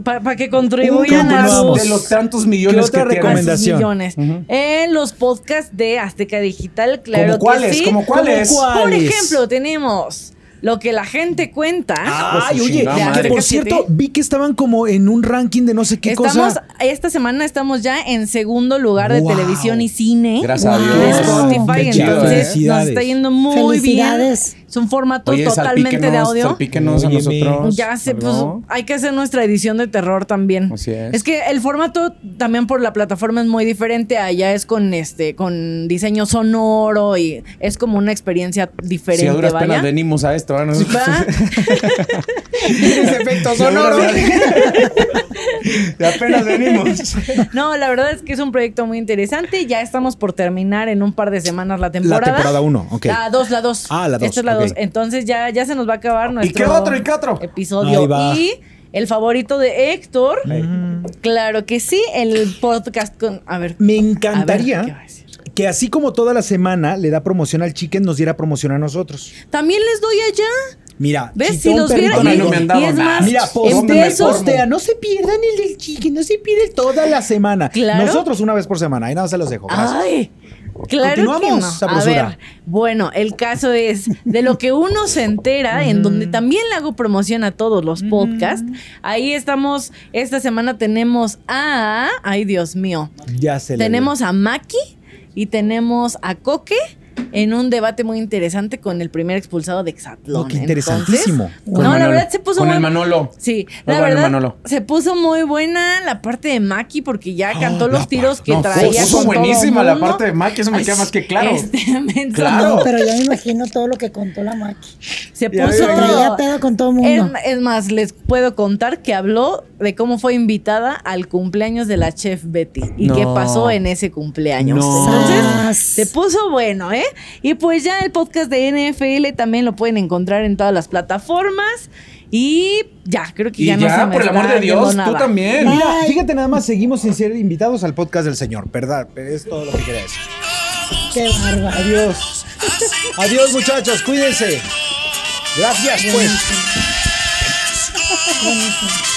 S4: para que contribuyan a
S3: Continuamos.
S4: sus,
S2: De los tantos
S3: ¿Qué
S2: millones que
S3: otra
S2: tiene.
S4: a sus
S3: recomendación?
S4: millones. En los podcasts de Azteca Digital, claro
S2: ¿Cómo
S4: que
S2: cuáles?
S4: sí.
S2: ¿Cómo cuáles?
S3: ¿Cómo
S4: Por
S3: cuáles?
S4: ejemplo, tenemos lo que la gente cuenta.
S3: Ah, Ay,
S2: Pues,
S3: oye,
S2: chingada
S3: que
S4: madre.
S3: por cierto, vi que estaban como en un ranking de no sé qué
S4: estamos,
S3: cosa.
S4: esta semana estamos ya en segundo lugar de
S3: Wow.
S4: televisión y cine.
S2: Gracias a
S1: Wow.
S4: de
S2: Dios.
S1: Wow.
S4: Spotify,
S3: Qué chido,
S4: entonces
S3: felicidades.
S4: nos está yendo muy bien.
S1: Felicidades.
S4: Es un formato
S2: Oye,
S4: totalmente de
S2: salpíquenos,
S4: audio.
S2: salpíquenos a
S3: Óyeme.
S2: nosotros.
S4: Ya se, pues,
S2: ¿no?
S4: hay que hacer nuestra edición de terror también.
S2: Así es.
S4: Es que el formato también por la plataforma es muy diferente. Allá es con este, con diseño sonoro y es como una experiencia diferente.
S2: Si a duras
S4: vaya.
S2: penas venimos a esto, ¿verdad? Nosotros-
S4: Va.
S2: efectos sonoros. apenas venimos.
S4: No, la verdad es que es un proyecto muy interesante. Ya estamos por terminar en un par de semanas la temporada.
S3: temporada uno, ok.
S4: La dos, la dos.
S3: Ah, la dos,
S4: Esta es la
S3: ok.
S4: dos. Entonces ya, ya se nos va a acabar nuestro
S2: qué otro? ¿Y qué otro?
S3: Ahí
S4: episodio.
S3: va.
S4: Y el favorito de Héctor. Claro que sí, el podcast con. A ver.
S3: Me
S4: a ver, ¿qué va a
S3: encantaría
S4: decir?
S3: que así como toda la semana le da promoción al chicken, nos diera promoción a nosotros.
S4: También les doy allá.
S3: Mira, Chitón
S4: ¿Ves? Si los
S3: Perrito
S2: no,
S4: vieran. Y,
S2: no me han
S3: Nalgón.
S2: dado
S4: y es
S2: nada.
S4: más,
S3: Mira,
S4: en
S2: ¿dónde me
S4: pesos.
S2: formo?
S3: postea, no se pierdan el del chicken, no se pierdan toda la semana.
S4: Claro. Ah.
S3: Nosotros una vez por semana, ahí nada más se los dejo. gracias.
S4: Ay, claro que no.
S3: Continuamos,
S4: A
S3: sabrosura.
S4: ver, bueno, el caso es de lo que uno se entera, en donde también le hago promoción a todos los podcasts. Ahí estamos, esta semana tenemos a, ay Dios mío,
S3: Ya se le
S4: tenemos a Maki y tenemos a Coque en un debate muy interesante con el primer expulsado de Exatlón.
S3: Oh, qué interesantísimo.
S4: Entonces,
S2: Con
S4: no, la
S2: Manolo.
S4: verdad se puso
S2: Con
S4: muy
S2: el Manolo.
S4: Sí,
S2: Muy
S4: la
S2: bueno el
S4: verdad
S2: Manolo.
S4: se puso muy buena la parte de Maki porque ya cantó
S3: la
S4: los
S3: parte-
S4: tiros que
S2: no,
S4: traía.
S2: puso
S4: con todo
S2: buenísima la
S4: mundo.
S2: parte de Maki, eso me queda más que claro.
S4: este, menso.
S2: Claro.
S1: No, pero ya me imagino todo lo que contó la Maki.
S4: Se
S3: Ya
S4: puso.
S3: me
S1: Traía pedo con todo el
S4: Es,
S1: mundo.
S4: es más, les puedo contar que habló de cómo fue invitada al cumpleaños de la chef Betty y
S2: No.
S4: qué pasó en ese cumpleaños.
S2: No.
S1: Sas.
S4: Entonces, se puso bueno, ¿eh? Y pues ya el podcast de NFL también lo pueden encontrar en todas las plataformas. Y ya, creo que
S2: Y
S4: ya
S2: ya,
S4: no se me
S2: por el amor
S4: está
S2: de Dios,
S4: yendo
S2: tú
S4: nada.
S2: también.
S3: Mira,
S1: Ay.
S3: fíjate nada más, seguimos sin ser invitados al podcast del señor, ¿verdad? Pero es todo lo que quería decir.
S1: Qué bárbaro.
S3: Adiós. Adiós, muchachos, cuídense. Gracias, pues.
S1: Buenísimo.